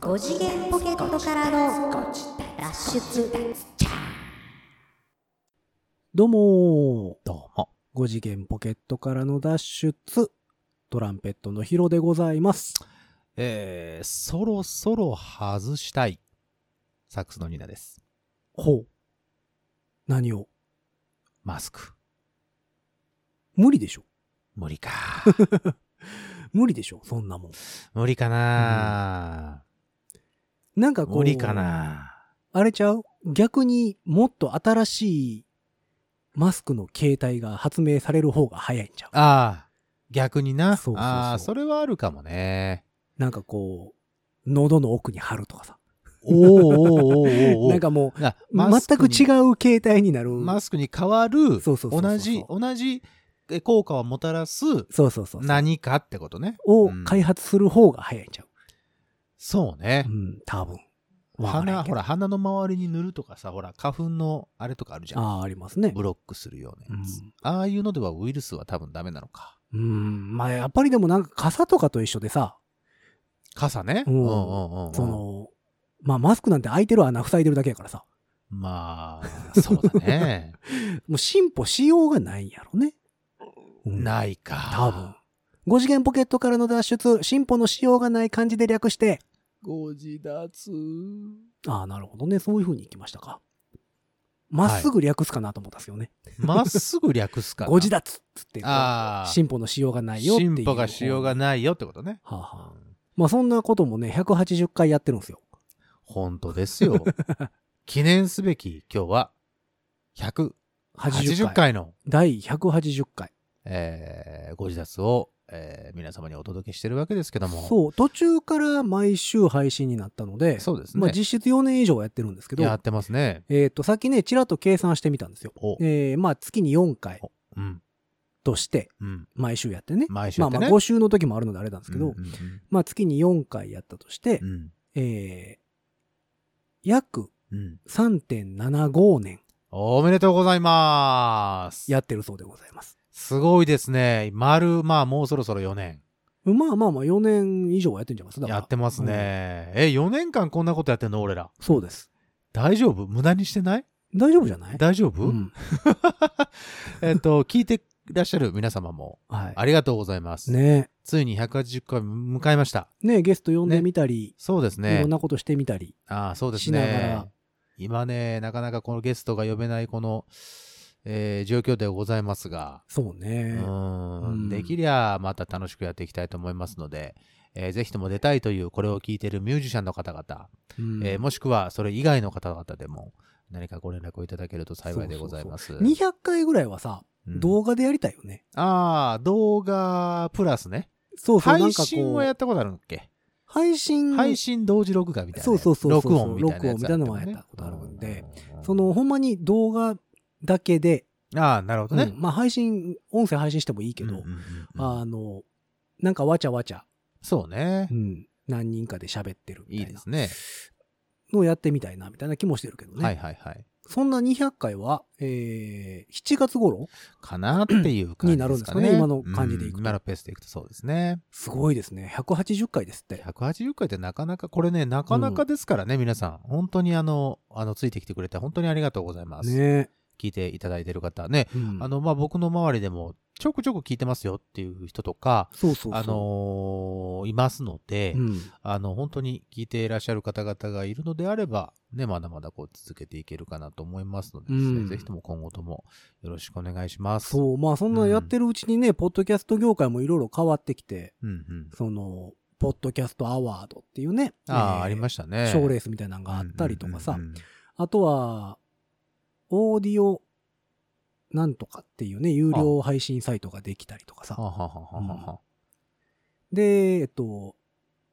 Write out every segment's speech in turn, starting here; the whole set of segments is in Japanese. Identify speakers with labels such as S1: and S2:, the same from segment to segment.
S1: 5次元ポケットからの脱出
S2: どうもー
S3: どうも。
S2: 5次元ポケットからの脱出トランペットのヒロでございます
S3: えー、そろそろ外したい。サックスのニーナです。
S2: ほう何を
S3: マスク。
S2: 無理でしょ
S3: 無理か。
S2: 無理でしょそんなもん
S3: 無理かな、
S2: なんかこう
S3: 無理かな
S2: あれちゃう逆にもっと新しいマスクの形態が発明される方が早いんちゃう
S3: ああ、逆にな。
S2: そうそうそう
S3: ああ、それはあるかもね。
S2: なんかこう喉の奥に貼るとかさ
S3: おーおーおーおーおー
S2: なんかも
S3: な
S2: う全く違
S3: う。
S2: う形態になる
S3: マスクに変わる、
S2: そうそうそうそう
S3: 同じ、同じえ効果をもたらす
S2: そうそうそうそう
S3: 何かってことね。
S2: を
S3: うん
S2: 開発する方が早いんちゃう
S3: そうね
S2: う。ん、多分。わからん
S3: 鼻、
S2: けど
S3: ほら、鼻の周りに塗るとかさ、ほら、花粉のあれとかあるじゃん。
S2: ああ、ありますね。
S3: ブロックするようなやつ、
S2: うん
S3: ああいうのではウイルスは多分ダメなのか
S2: うん。まあ、やっぱりでもなんか傘とかと一緒でさ、
S3: 傘ね、
S2: うん
S3: うんうん
S2: その、まあマスクなんて開いてる穴塞いでるだけやからさ、
S3: まあそうだね
S2: もう進歩しようがないんやろね。うん
S3: ないか
S2: 多分。5次元ポケットからの脱出、進歩のしようがない感じで略して、
S3: ご自立
S2: ああ、なるほどね。そういう風にいきましたか。まっすぐ略すかなと思ったんですよね。
S3: まっすぐ略すから
S2: ご自立っつって、
S3: ああ
S2: 進歩のしようがないよっていう。
S3: 進歩がしようが
S2: ない。
S3: ないよってことね、
S2: はあはあ、まあそんなこともね、180回やってるんですよ。
S3: 本当で すよ記念すべき今日は180
S2: 80回。
S3: 回の、
S2: 第180回。
S3: えーご自立を、えー皆様にお届けしてるわけですけども
S2: そう、途中から毎週配信になったので、
S3: そうですね、
S2: まあ、実質4年以上はやってるんですけど、
S3: やってますね
S2: えっ、と、さっきね、ちらっと計算してみたんですよ。
S3: お、
S2: えーまあ、月に4回
S3: うん
S2: として、
S3: うん
S2: 毎週やってね。
S3: 毎週
S2: ま
S3: や
S2: あ
S3: ってね、
S2: まあ、5週の時もあるのであれなんですけど、
S3: うんうんうん
S2: まあ、月に4回やったとして、
S3: うん
S2: えー約
S3: うん
S2: 3.75年
S3: おめでとうございます。
S2: やってるそうでございます。
S3: すごいですね。丸、まあもうそろそろ4年。
S2: まあまあまあ、4年以上はやってんじゃないですか。だから
S3: やってます。ね。え、4年間こんなことやってんの俺ら。
S2: うんそうです。
S3: 大丈夫無駄にしてない
S2: 大丈夫じゃない
S3: 大丈夫、
S2: うん。
S3: えっと、聞いてらっしゃる皆様も
S2: は
S3: ありがとうございます。
S2: い。ね
S3: ついに180回迎えました。
S2: ねゲスト呼んでみたり、
S3: そうです
S2: い
S3: ね
S2: ろん。なことしてみたり。
S3: ああ、そうです
S2: しなが
S3: ね
S2: ら。
S3: 今ね、なかなかこのゲストが呼べないこの、えー状況ではございますが、
S2: そうね。
S3: う
S2: うん
S3: んできりゃまた楽しくやっていきたいと思いますので、えーぜひとも出たいというこれを聞いているミュージシャンの方々、
S2: うん
S3: えーもしくはそれ以外の方々でも何かご連絡をいただけると幸いでございます。
S2: 200回ぐらいはさ、
S3: うん
S2: 動画でやりたいよね。
S3: ああ、動画プラスね。
S2: そうそう、なん
S3: 配
S2: か
S3: 信は
S2: こ
S3: や
S2: う、
S3: ったことあるんっけ、
S2: 配信、
S3: 配信同時録画みたいなやつ。
S2: そうそうそうそう
S3: 録音みたいなやつある
S2: 録音みたい
S3: よね
S2: なのはやったことあるんで、
S3: うん
S2: その、ほんまに動画だけで、
S3: ああ、なるほど
S2: う
S3: ね
S2: ん。まあ配信、音声配信してもいいけど、
S3: うんうんうんうん
S2: あの、なんかわちゃわちゃ、
S3: そうね
S2: う。ん、何人かで喋ってるみ
S3: い
S2: た
S3: い
S2: い
S3: で
S2: な
S3: すね。
S2: のをやってみたいな、みたいな気もしてるけどね。
S3: はいはいはい。
S2: そんな200回は、えー、7月頃
S3: かなっていう感じですかね。
S2: になるんですかね今の感じでいくと
S3: うん今のペースでいくとそうですね。
S2: すごいですね。180回ですって。
S3: 180回ってなかなか、これね、なかなかですからね、皆さん。本当にあの、あの、ついてきてくれて本当にありがとうございます。
S2: ね
S3: 聞いていただいてる方ね。
S2: うん
S3: あの、まあ、僕の周りでも、ちょくちょく聞いてますよっていう人とか、
S2: そうそうそう。
S3: あのーいますので、
S2: うん、
S3: あの、本当に聞いていらっしゃる方々がいるのであれば、ね、まだまだこう続けていけるかなと思いますのでですね、
S2: うん
S3: ぜひとも今後ともよろしくお願いします。う。
S2: そう、まあそんなやってるうちにね、ポッドキャスト業界もいろいろ変わってきて、
S3: んうん。
S2: その、ポッドキャストアワードっていうね、
S3: ああ、
S2: えー
S3: ありましたね。
S2: 賞レースみたいなのがあったりとかさ、
S3: うんうんうんうん
S2: あとは、オーディオなんとかっていうね、有料配信サイトができたりとか
S3: は
S2: さ、
S3: あはあはあはあはあ
S2: で、えっと、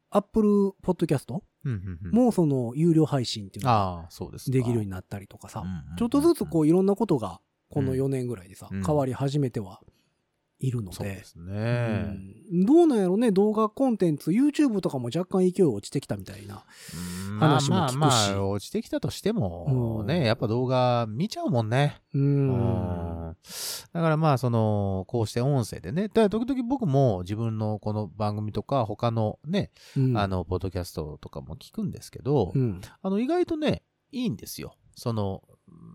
S2: アップルポッドキャスト
S3: うんうんうん
S2: もその有料配信っていうのが
S3: ああ、そうですか
S2: できるようになったりとかさ
S3: うんうんうんう、ん
S2: ちょっとずつこういろんなことがこの
S3: うん
S2: 4年ぐらいでさ、
S3: うん
S2: 変わり始めてはいるの
S3: そう
S2: で
S3: で。すね。
S2: うんどうなんやろね、動画コンテンツ、YouTube とかも若干勢い落ちてきたみたいな。
S3: うんまあ
S2: 話も聞
S3: ま
S2: く
S3: あ
S2: し
S3: まあ、落ちてきたとしても、
S2: うん
S3: ね、やっぱ動画見ちゃうもんね。
S2: う。
S3: うんん。だからまあ、その、こうして音声でね。だから時々僕も自分のこの番組とか、他のね、
S2: うん
S3: あ、の、ポッドキャストとかも聞くんですけど、
S2: うん。
S3: あの、意外とね、いいんですよ。その、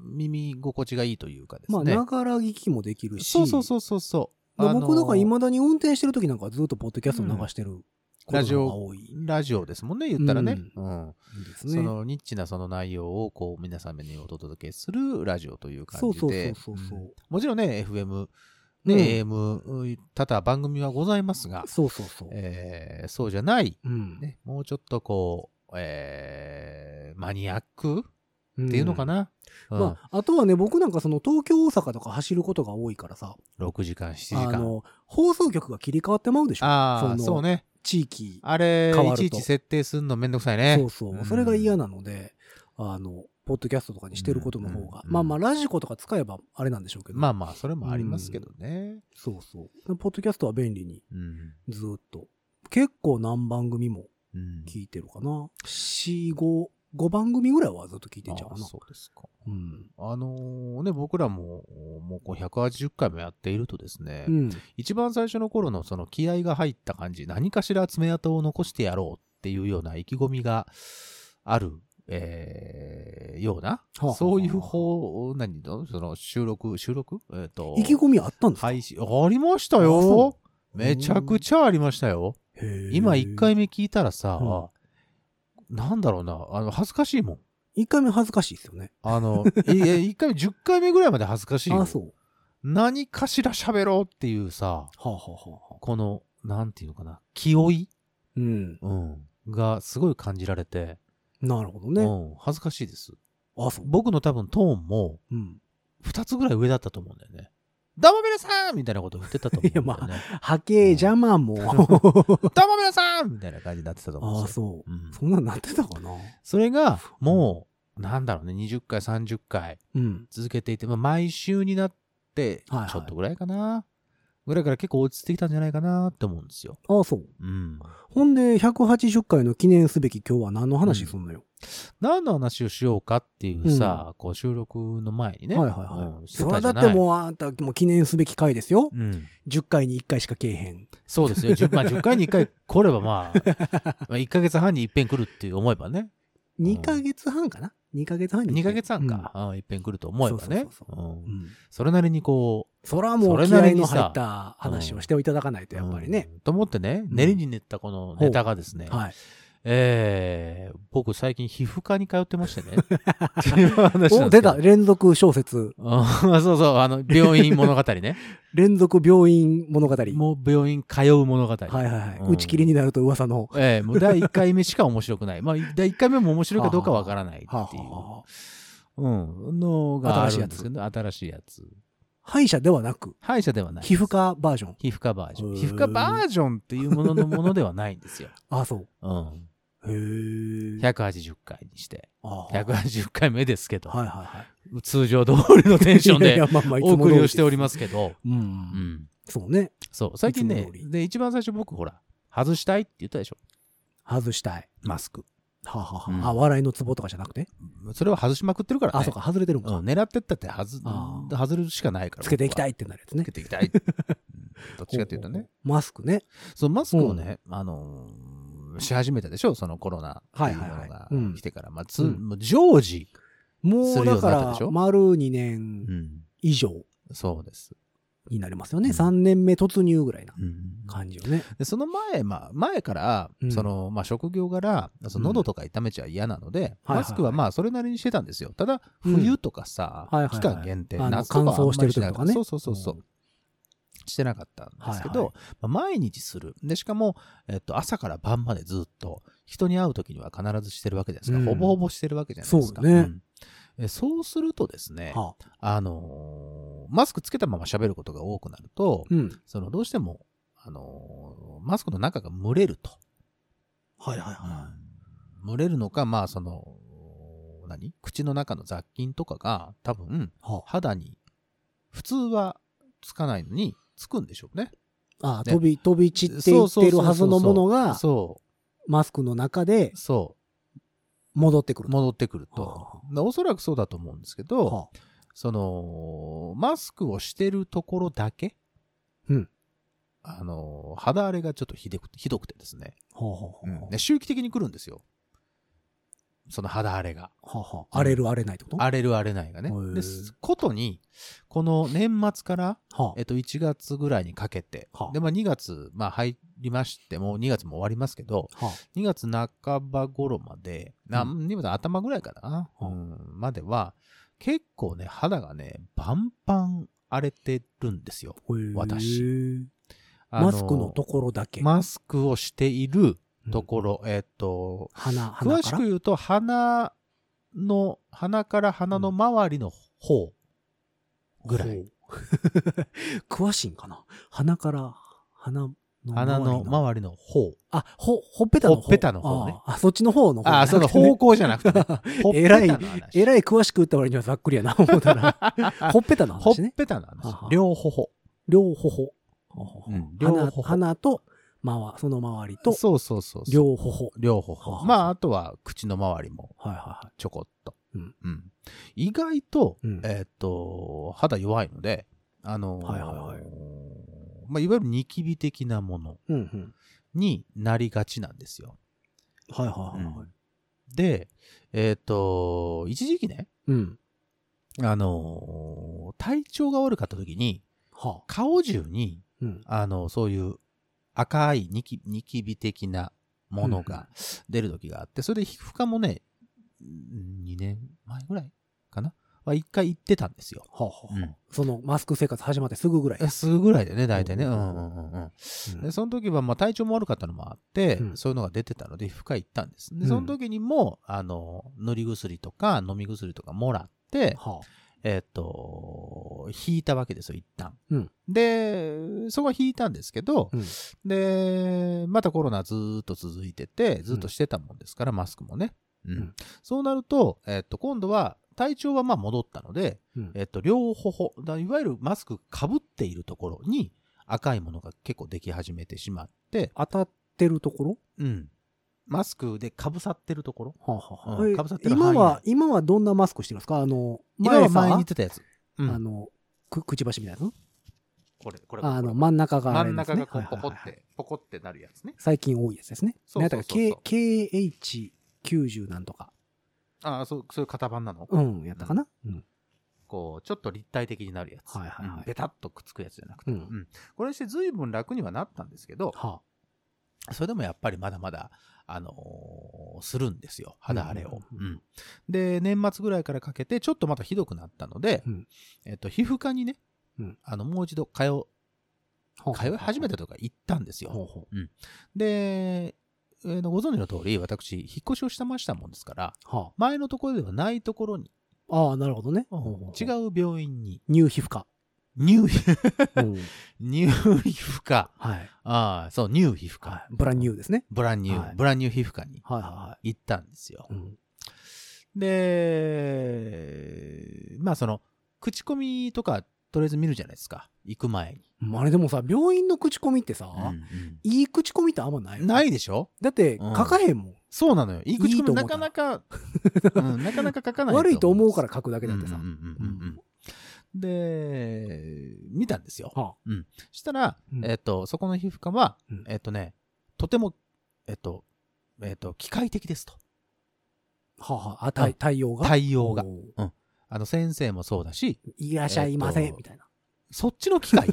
S3: 耳心地がいいというかです
S2: まあ、
S3: ね。
S2: ながら聞きもできるし。
S3: そうそうそうそうそう。
S2: だから
S3: あ
S2: 僕
S3: の
S2: なんか未だに運転してる時なんかはずっとポッドキャスト流してることの
S3: ラジ
S2: 方が
S3: オ
S2: 多い、
S3: ラジオですもんね、言ったらね。うん
S2: んです
S3: そ
S2: ね。
S3: のニッチなその内容をこう皆様にお届けするラジオという感
S2: そう
S3: じ
S2: そうそ
S3: で
S2: うそうそう。
S3: んもちろんね FM ね、AM 多々番組はございますが、
S2: そうそうそう。
S3: えーそうじゃない、
S2: うん
S3: ね、もうちょっとこう、えーマニアック
S2: っ
S3: っていうのかな、うん
S2: まあ、あとはね、僕なんかその東京、大阪とか走ることが多いからさ、
S3: 6時間7時
S2: あ
S3: 間
S2: の、放送局が切り替わってまうでしょ
S3: ああ
S2: その
S3: そうね
S2: 地域。
S3: あれ
S2: 変わる
S3: い
S2: と
S3: ちいち設定するのめんどくさいね
S2: そうそう。それが嫌なので、あの、ポッドキャストとかにしてることの方が。
S3: うん
S2: まあまあ、ラジコとか使えばあれなんでしょうけど。
S3: まあまあそれもありますけどね、
S2: そうそう。ポッドキャストは便利に、
S3: うん
S2: ずーっと。結構何番組も
S3: うん
S2: 聞いてるかな。4、5、5番組ぐらいはずっと聞いてんちゃうか
S3: あ
S2: な。
S3: そうですか
S2: うん。
S3: あのーね、僕らも、もうこう180回もやっているとですね、
S2: うん。
S3: 一番最初の頃のその気合が入った感じ、何かしら爪痕を残してやろうっていうような意気込みがある、えー、ような、
S2: あはあ
S3: そういう方、何のその収録、収録えっ、と、
S2: 意気込みあったんですか
S3: 配信、ありました
S2: あ
S3: よ
S2: そ
S3: めちゃくちゃありましたよ。今1。
S2: へー
S3: 回目聞いたらさ、
S2: は
S3: なんだろうな、あの、恥ずかしいもん。
S2: 一回目恥ずかしいですよね。
S3: あの、い や、1回目、10回目ぐらいまで恥ずかしいよ。
S2: あ、そう。
S3: 何かしら喋ろうっていうさ、
S2: はあ、はあはあはあ、
S3: この、なんていうのかな、気負い、
S2: うん。
S3: うん、がすごい感じられて、
S2: なるほどね。
S3: うん、恥ずかしいです。
S2: あ、そう。
S3: 僕の多分トーンも、
S2: うん。
S3: 2つぐらい上だったと思うんだよね。どうも皆さんみたいなこと言ってたと思うんだよ、ね。
S2: いや波形邪魔も。
S3: どうも皆さんみたいな感じになってたと思うん
S2: あ、
S3: ですよ。
S2: そう。
S3: うん、
S2: そんなんなってたかな
S3: それが、もう、なんだろうね、20回、30回、
S2: うん。
S3: 続けていて、まあ、毎週になって
S2: はいはい、
S3: ちょっとぐらいかな、ぐらいから結構落ち着いてきたんじゃないかなって思うんですよ。
S2: あ、そう。
S3: うん。
S2: ほんで、180回の記念すべき今日は何の話すんのよ。
S3: 何の話をしようかっていうさ、こう収録の前にね。
S2: はいはいはい。
S3: うんして
S2: それ
S3: た
S2: は
S3: じ
S2: だ
S3: ゃ
S2: っ
S3: ない
S2: てもうあんた、もう記念すべき回ですよ。
S3: うん。
S2: 10回に1回しかけえへん。
S3: そうですよ。10, まあ10回に1回来ればまあ、 まあ1ヶ月半に一遍来るって思えばね。ん
S2: 2ヶ月半かな ?2 ヶ月半に
S3: 2
S2: 一
S3: ヶ
S2: 回
S3: 月半か。。うん、一遍来ると思えばね。
S2: そうそう
S3: う
S2: うんん。
S3: それなりにこう、
S2: それはも
S3: そうれ
S2: 気
S3: な
S2: 合
S3: り
S2: の
S3: にさ
S2: 入った話をしていただかないと、やっぱりね。
S3: うんと思ってね、練りに練ったこのネタがですね、
S2: はい。
S3: えー、僕最近皮膚科に通ってましてね。っていう話なんですけ ど
S2: お、出た。連続小説。
S3: うん そうそう、あの、病院物語ね。
S2: 連続病院物語。
S3: もう病院通う物
S2: は
S3: 語。
S2: いはいはい。
S3: うん
S2: 打ち切りになると噂の。
S3: ええもう第1回目しか面白くない。まあ、第1回目も面白いかどうかわからない
S2: はあは
S3: ってい
S2: あ
S3: う、
S2: はあ
S3: うん、のがあるんですけど、新しいやつ。
S2: 歯医者ではなく、
S3: 歯医者ではない。
S2: 皮膚。科バージョン。
S3: 皮膚科バージョ
S2: へ
S3: ン。
S2: え
S3: 皮膚科バージョンっていうもののものではないんで すよ。
S2: あ、そう。
S3: うん。
S2: へえ。
S3: 180回にして。
S2: ああ
S3: 180回目ですけど、
S2: はいはいはい。
S3: 通常通りのテンション
S2: いやい
S3: で
S2: やまあまあいつ
S3: お
S2: も通り
S3: 送り
S2: で
S3: を
S2: す
S3: しておりますけど、
S2: うん。
S3: うん。
S2: そうね。
S3: そう。最
S2: い
S3: 近
S2: つ
S3: ね
S2: も、通り
S3: で、一番最初僕ほら、外したいって言ったでしょ。
S2: 外したい。
S3: マスク。
S2: はあはあはあ
S3: うん
S2: あ、笑いのツボとかじゃなくて。
S3: それを外しまくってるからね。
S2: あ、そうか、外れてるん
S3: う
S2: か
S3: ん、。狙ってったってはず、
S2: あー
S3: 外れるしかないから。
S2: つけていき
S3: い。
S2: たいってなるやつね
S3: つ。けていきた い。うんどっちかっていうと
S2: ほ
S3: ね
S2: ほ。ほ。マスクね。
S3: そう、マスクをね、あのーし始めたでしょそのコロナっていうも
S2: はい
S3: の
S2: はいは
S3: が
S2: いうん
S3: 来てから。まあ、つ、
S2: うん
S3: もう常時。
S2: も
S3: す
S2: う
S3: る
S2: だ
S3: ように
S2: か
S3: なったでし
S2: ら、
S3: ょ
S2: 丸2年
S3: うん。
S2: 以上
S3: そうです。
S2: になりますよね。
S3: うん
S2: 3年目突入ぐらいな
S3: うん。
S2: 感じよね。
S3: で、その前、まあ、前から、
S2: うん
S3: その、まあ、職業柄、その喉とか痛めちゃ嫌なので、
S2: はいはいはい
S3: マスクはまあ、それなりにしてたんですよ。ただ、
S2: うん
S3: 冬とかさ、
S2: はいはいはい
S3: 期間限定、
S2: あの
S3: 夏とかはあんまり
S2: 乾燥してる時とかね
S3: しなかったそうそうそうそう。
S2: う
S3: してなかったんですけ
S2: はいは
S3: ど、まあ毎日する。で、しかも、えっと、朝から晩までずっと、人に会う時には必ずしてるわけじゃないですか。
S2: うん
S3: ほぼほぼしてるわけじゃないですか。
S2: そうね
S3: んえそうするとですね、
S2: はあ
S3: あのーマスクつけたまま喋ることが多くなると、
S2: うん。
S3: そのどうしても、あのーマスクの中が蒸れると。
S2: はいはいは
S3: うん蒸れるのか、まあその、何口の中の雑菌とかが多分
S2: い。はあ
S3: 肌に普通はつかないのにつくんでしょうね。
S2: ああ、
S3: ね
S2: 飛び、飛び散っていってるはずのものが、
S3: そ
S2: マスクの中で
S3: う、そ
S2: 戻ってく
S3: う、
S2: ると。
S3: 戻ってくると。
S2: は
S3: おそらくそうだと思うんです
S2: あ
S3: けど、
S2: はあ
S3: その、マスクをしてるところだけ、
S2: うん。
S3: あの、肌荒れがちょっとひでくてひどくてですね、
S2: はあはあはあ
S3: ね周期的に来るんですよ。その肌荒れが。
S2: はあはあ荒れる荒れないってことは
S3: 荒れる荒れないがね
S2: へ。ー
S3: ですことに、この年末から、
S2: あ
S3: えっと、1月ぐらいにかけて
S2: はあ、
S3: で、まあ2月、まあ入りましても、2月も終わりますけど、
S2: は
S3: 2月半ば頃まで、な
S2: う
S3: 2月の頭ぐらいかな、
S2: う
S3: うんまでは、結構ね、肌がね、バンバン荒れてるんですよ。
S2: あへえ
S3: 私あ
S2: マスクのところだけ。
S3: マスクをしている
S2: うん
S3: ところ、えっと、
S2: 鼻、鼻
S3: 詳
S2: か
S3: し
S2: ら
S3: く言うと、鼻の、鼻から鼻の周りの方ぐらい。
S2: ほう 詳しいんかな鼻から、鼻の。
S3: 鼻の。周りの方。
S2: あ、ほ、ほっぺたの方。
S3: ほっぺたの方ね
S2: ああ、あそっちの方の方
S3: ああ、その方向じゃなく て、ね、ほっぺ
S2: えら
S3: た
S2: い
S3: の話。
S2: えらい詳しく言った割にはざっくりや な、思ったら。ほっぺたの
S3: ほっ
S2: 話ね。
S3: ぺたの
S2: はは
S3: 話。両頬。
S2: 両頬。
S3: うん
S2: 鼻
S3: 両頬
S2: 鼻と、まわ、その周りと、
S3: そうそうそうそう。
S2: 両頬。
S3: 両
S2: はあは
S3: 方。
S2: あ
S3: まあ、あとは口の周りも
S2: はいはいは
S3: ちょこっと。
S2: うん
S3: 意外と、
S2: うん
S3: えーっと、肌弱いので、あのー
S2: はいはいはい
S3: まあ、いわゆるニキビ的なもの
S2: い。うんうん。
S3: になりがちなんですよ。
S2: はいはいはいはい。
S3: で、えーっと、一時期ね、
S2: うん。
S3: あのー体調が悪かった時に、
S2: はあ。
S3: 顔中に、
S2: うん。
S3: あの、そういう赤いニキニキビ的なものが出る時があって、それで皮膚科もね、2年前ぐらいかなは1回行ってたんですよ。
S2: はあはあそのマスク生活始まってすぐぐらい。
S3: えすぐぐらいでね、大体ね。
S2: う
S3: うんん
S2: う
S3: う
S2: う
S3: んんうんうん
S2: うん
S3: で、その時はまあ体調も悪かったのもあって、
S2: うん
S3: そういうのが出てたので、皮膚科行ったんです。
S2: うん
S3: で、その時にも、あの、塗り薬とか飲み薬とかもらって、
S2: はあ。
S3: えっ、と、引いたわけですよ、一旦。
S2: うん
S3: で、そこは引いたんですけど、
S2: うん
S3: で、またコロナずーっと続いてて、ずっとしてたもんですから、マスクもね。うん
S2: うん
S3: そうなると、えっ、と、今度は、体調はまあ戻ったので、
S2: うん
S3: えっ、と、両頬、だいわゆるマスク被っているところに赤いものが結構でき始めてしまって、
S2: 当たってるところ
S3: うん。マスクで被さってるところ
S2: はあはあ
S3: うん
S2: え
S3: かぶさってる範囲
S2: 今は、今はどんなマスクしてるんですかあの、
S3: 今
S2: 前
S3: は前に言っ
S2: さ、
S3: てたやつ。う
S2: あ
S3: ん。
S2: の、く、くちばしみたいなやつ
S3: これ、これ。
S2: あ
S3: これ
S2: の、真ん中があ
S3: 真
S2: れ
S3: ん
S2: です
S3: 中
S2: ね。
S3: がこう、ポコ
S2: はい
S3: っ
S2: はいはい。
S3: て、ポコってなるやつね。
S2: 最近多いやつですね。
S3: そうそうそうそう
S2: なんやったっけ K- KH90 なんとか。
S3: ああ、そう、そういう型番なの
S2: うん、やったかなうん。
S3: こう、ちょっと立体的になるやつ。
S2: はいはいはい
S3: うんベタっとくっつくやつじゃなくて。
S2: う
S3: うんん。これにして随分楽にはなったんですけど、
S2: は
S3: それでもやっぱりまだまだ、あのーするんですよ。肌荒れを。
S2: う
S3: うんんで、年末ぐらいからかけて、ちょっとまたひどくなったので、
S2: うん
S3: えっと、皮膚科にね、
S2: うん
S3: あの、もう一度通う、
S2: あ。
S3: 通い始め
S2: て。
S3: たとか行ったんですよ。
S2: ほうほ
S3: で、えーのご存知の通り、私、引っ越しをしたましたもんですから、
S2: うは
S3: 前のところではないところに、
S2: あ。ああ、なるほどね。
S3: 違
S2: う。
S3: う病院に、
S2: 乳皮膚科。
S3: 入
S2: うん。
S3: 乳皮膚科。
S2: はい。
S3: ああ、そう、乳皮膚科。
S2: はい。ブランニューですね。
S3: ブランニュー、
S2: はい
S3: ブランニュー皮膚科に
S2: はいは
S3: 行ったんですよ
S2: いはい。。うん。
S3: で、まあその、口コミとか、とりあえず見るじゃないですか。行く前に。
S2: まああれでもさ、病院の口コミってさ、
S3: うん
S2: いい口コミってあんまないよね
S3: ないでしょ
S2: だって、
S3: うん
S2: 書かへんもん。
S3: そうなのよ。いい口
S2: い
S3: コ
S2: いと
S3: ミ
S2: 思
S3: な
S2: った
S3: かな か、うんなかなか書かない
S2: 悪いと思うから
S3: 書
S2: 書くだけだってさ。
S3: で、見たんですよ。
S2: は
S3: したら、
S2: うん
S3: えっと、そこの皮膚科は
S2: うん、
S3: えっとね、とても、えっと、えっと、機械的ですと。
S2: あ、はあはあ、あ対対応が。
S3: 対応が。
S2: おー
S3: あの、先生もそうだし、
S2: いらっしゃいませ
S3: えっ、と
S2: みたいな。
S3: そっちの機械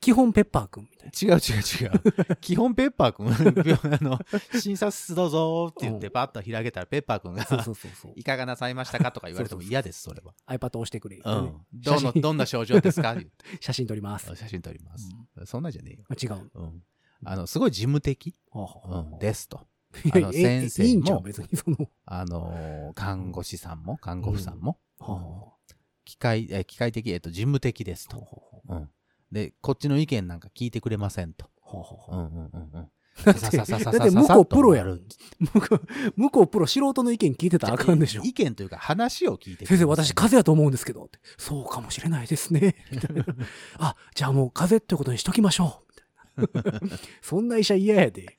S2: 基本ペッパーくんみたいな。
S3: 違う違う違う。基本ペッパーくん、あの、診察室どうぞーって言っ
S2: う
S3: てパッと開けたらペッパーくんが、
S2: そうそうそうそう。
S3: いかがなさいましたかとか言われても
S2: そうそうそう
S3: 嫌です、それは。
S2: iPad 押してくれ、
S3: うん。
S2: 写
S3: どの、
S2: 真
S3: どんな症状ですか言って
S2: 写真撮ります。
S3: 写真撮ります。そんなじゃねえよ。
S2: あ違う。
S3: うん。あの、すごい事務的、うん、ですと。あの
S2: いやいや
S3: 先生
S2: いいんじゃん、
S3: も
S2: 別にその。
S3: あのー看護師さんも、看護婦さんも、
S2: は
S3: 機械、えー機械的、えっと、事務的です
S2: あはあ
S3: と。うん。で、こっちの意見なんか聞いてくれませんと。
S2: はあはあはあ
S3: うんうんうんうん。
S2: だって
S3: ささささささ
S2: だって向こうプロやる。向こう向こうプロ素人の意見聞いてたらあかんでしょ
S3: 意見というか話を聞いてくれ
S2: 先生
S3: ます
S2: 私風邪やと思うんですけどってそうかもしれないですねみたいなあじゃあもう風邪ってことにしときましょうみたいなそんな医者嫌やで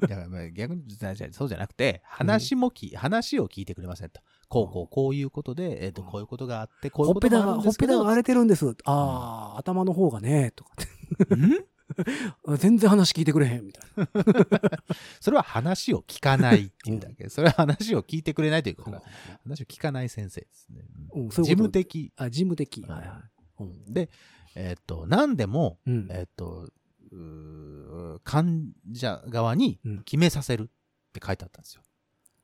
S3: だからまあ逆にじゃあじゃあそうじゃなくて、話もき、話を聞いてくれませんと。こうこうこういうことで、えっ、と、
S2: うん
S3: こういうことがあって、こうい
S2: ほっ
S3: うこ
S2: ぺ
S3: と
S2: たが
S3: がある
S2: ほ
S3: んで
S2: っ
S3: す
S2: ぺ
S3: け
S2: た
S3: ど。
S2: が荒れてるんですああ頭の方がねとかって
S3: ん
S2: あ全然話聞いてくれへんみたいな
S3: それは話を聞かないっていうだけ。それは話を聞いてくれないということだ話を聞かない先生ですね。うん
S2: うん
S3: 事
S2: そういうこと
S3: 務的。
S2: あ事務的、
S3: うん
S2: はいはいうん
S3: で、えっ、と、何でも、
S2: うん
S3: えっ、と、うー患者側に
S2: うん
S3: 決めさせるって書いてあったんですよ。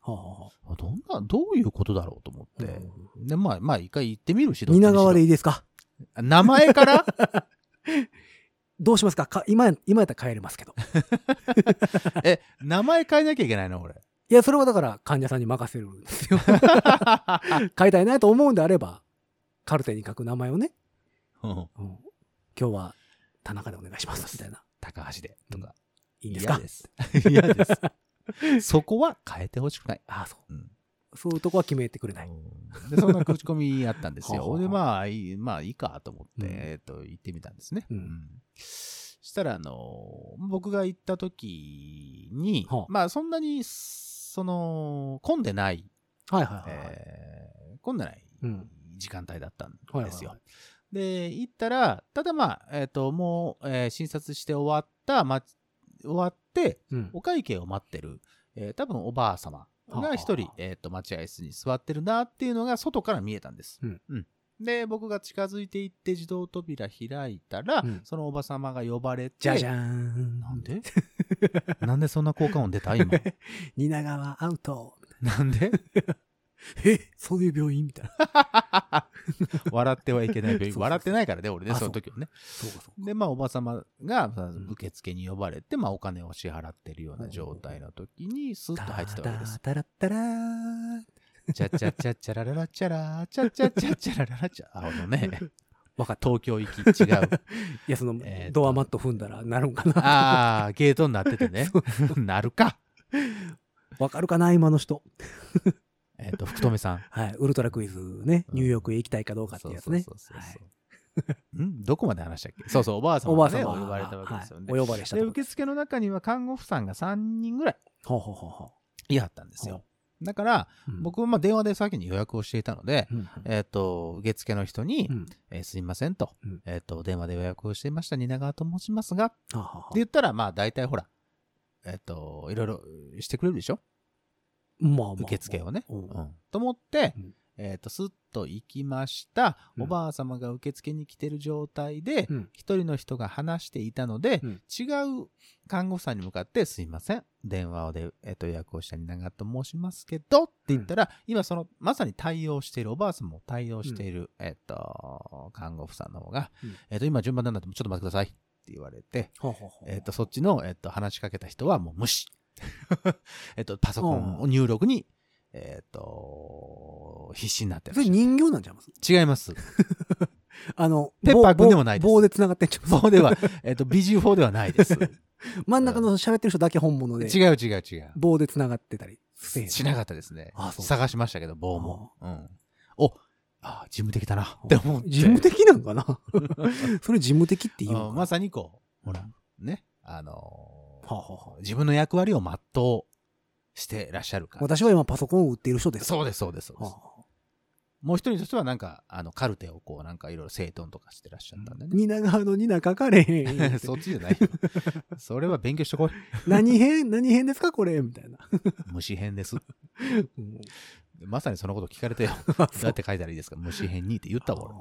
S2: はあは
S3: あどんな、どういうことだろうと思
S2: あ
S3: って。で、まあ、まあ、一回行ってみるし、どっちにし
S2: 蜷
S3: ろ
S2: 川でいいですか
S3: あ名前から
S2: どうしますかか今や今やったら帰れますけど
S3: え、名前変えなきゃいけない の俺。
S2: いやそれはだから患者さんに任せるんですよ変えたいなと思うんであればカルテに書く名前をね
S3: うん
S2: うん今日は田中でお願いしますみたいな。
S3: 高橋で。とか。
S2: いいんですか
S3: 嫌です。嫌です。 そこは変えてほしくない。
S2: ああ、そう。
S3: うん
S2: そういうとこは決めてくれない。
S3: で、そんな口コミあったんです
S2: はあは
S3: よ。
S2: あ
S3: で、まあ、いい、まあ、いいかと思って、
S2: うん
S3: えっと、行ってみたんですね。
S2: うん
S3: したら、あの、僕が行った時に
S2: はあ、
S3: まあ、そんなに、その、混んでない
S2: はいはいはい。
S3: えー混んでない
S2: うん
S3: 時間帯だったん
S2: はいはい
S3: ですよ
S2: はい。
S3: で、行ったら、ただまあ、えっ、と、もう、えー診察して終わった、ま、終わって、
S2: うん
S3: お会計を待ってる、えー多分おばあ様が一
S2: はあは
S3: 人
S2: あ、
S3: えっ、と、待合室に座ってるなっていうのが外から見えたんです。
S2: うん
S3: で、僕が近づいていって自動扉開いたら、
S2: うん
S3: そのおば様が呼ばれて、
S2: じゃじゃーん。
S3: なん でなんでそんな効果音出た今。
S2: 蜷川アウト。
S3: なんで
S2: えそういう病院みたいな。
S3: 笑ってはいけない病院。笑ってないからね、俺ね、
S2: あ
S3: その時はね。
S2: そうかそうか。
S3: で、まあ、おばさまが、まあ
S2: ん
S3: 受付に呼ばれて、まあ、お金を支払ってるような状態の時に、スーッと入ってたわけです。
S2: タラッタラーン
S3: チャチャチャチャラララチャラー、チャチャチャチャラララ チャ。あのね、
S2: わかった。
S3: 東京行き違う。
S2: いや、その
S3: えー、と
S2: ドアマット踏んだらなるんかな。
S3: ああ、ゲートになっててね。なるか。
S2: わかるかな今の人。
S3: えっ、と、福 留さん。
S2: はい。ウルトラクイズね。
S3: うん
S2: ニューヨークへ行きたいかどうかってやつね
S3: そう。そうそう
S2: は
S3: そう
S2: い
S3: そう。んどこまで話したっけそうそう、おばあさ
S2: おば
S3: ま
S2: あ
S3: がね、
S2: 様
S3: 呼ばれたわけですよね。
S2: はいお呼ばれした
S3: で、
S2: とこ
S3: 受付の中には看護婦さんが3人ぐらい
S2: ほうほうほうほ
S3: いはったんですよ。だから、
S2: う。うん、
S3: 僕はまあ電話で先に予約をしていたので、
S2: うん、うん
S3: えっ、と、受付の人に、
S2: うん
S3: えーすいませんと、
S2: うん
S3: えっ、と、電話で予約をしていました、蜷川と申しますが、って
S2: はあはあはあ
S3: 言ったら、まあ大体ほら、えっ、と、いろいろしてくれるでしょ
S2: まあまあまあ
S3: 受付をね。
S2: うん
S3: うんと思って、
S2: うん
S3: えっ、と、スッと行きました。
S2: うん
S3: おばあ様が受付に来てる状態で
S2: うん、
S3: 一、人の人が話していたので、
S2: うん
S3: 違う看護婦さんに向かって、すいません、電話をで、えっ、と、予約をした蜷川と申しますけど、って言ったら、今その、まさに対応している、おばあ様を対応している、えっ、と、看護婦さんの方が、
S2: うん
S3: えっ、と、今順番なんだって、ちょっと待ってください。って言われて、
S2: ほうほうほう
S3: えっ、と、そっちの、えっ、と、話しかけた人はもう無視。 えっと、パソコンを入力に、えっ、と、必死になってら
S2: それ
S3: っしゃる
S2: 人形なんちゃいます
S3: 違います。
S2: あの、
S3: ペッパーくんでもないです
S2: 棒棒で繋がってんちゃいます
S3: 棒では、えっ、と、BG4 ではないです。
S2: 真ん中の喋ってる人だけ本物で、
S3: 違う違う違う。
S2: 棒で繋がってたりせえへん
S3: しなかったですね。
S2: あそう
S3: 探しましたけど、棒も。うん。お、あ、事務的だな。って思って。
S2: 事務的なん かなそれ事務的って言う
S3: う
S2: の
S3: ん
S2: か
S3: まさにこう、ほ
S2: う
S3: ら
S2: ん、
S3: ね。あのー
S2: はあはあはあ
S3: 自分の役割を全うしてらっしゃるから。
S2: 私は今パソコンを売っている人です。
S3: そうです、そうです、そうで
S2: は
S3: す
S2: あ。はあ
S3: もう一人としてはなんか、あの、カルテをこう、なんかいろいろ整頓とかしてらっしゃったんでね。
S2: 蜷川の蜷書かれへん。
S3: そっちじゃないよ。それは勉強してこい。
S2: 何編何編ですかこれみたい な。
S3: 虫編です。
S2: うん
S3: まさにそのこと聞かれ てよ。どうやって書いたらいいですか虫編にって言ったわ、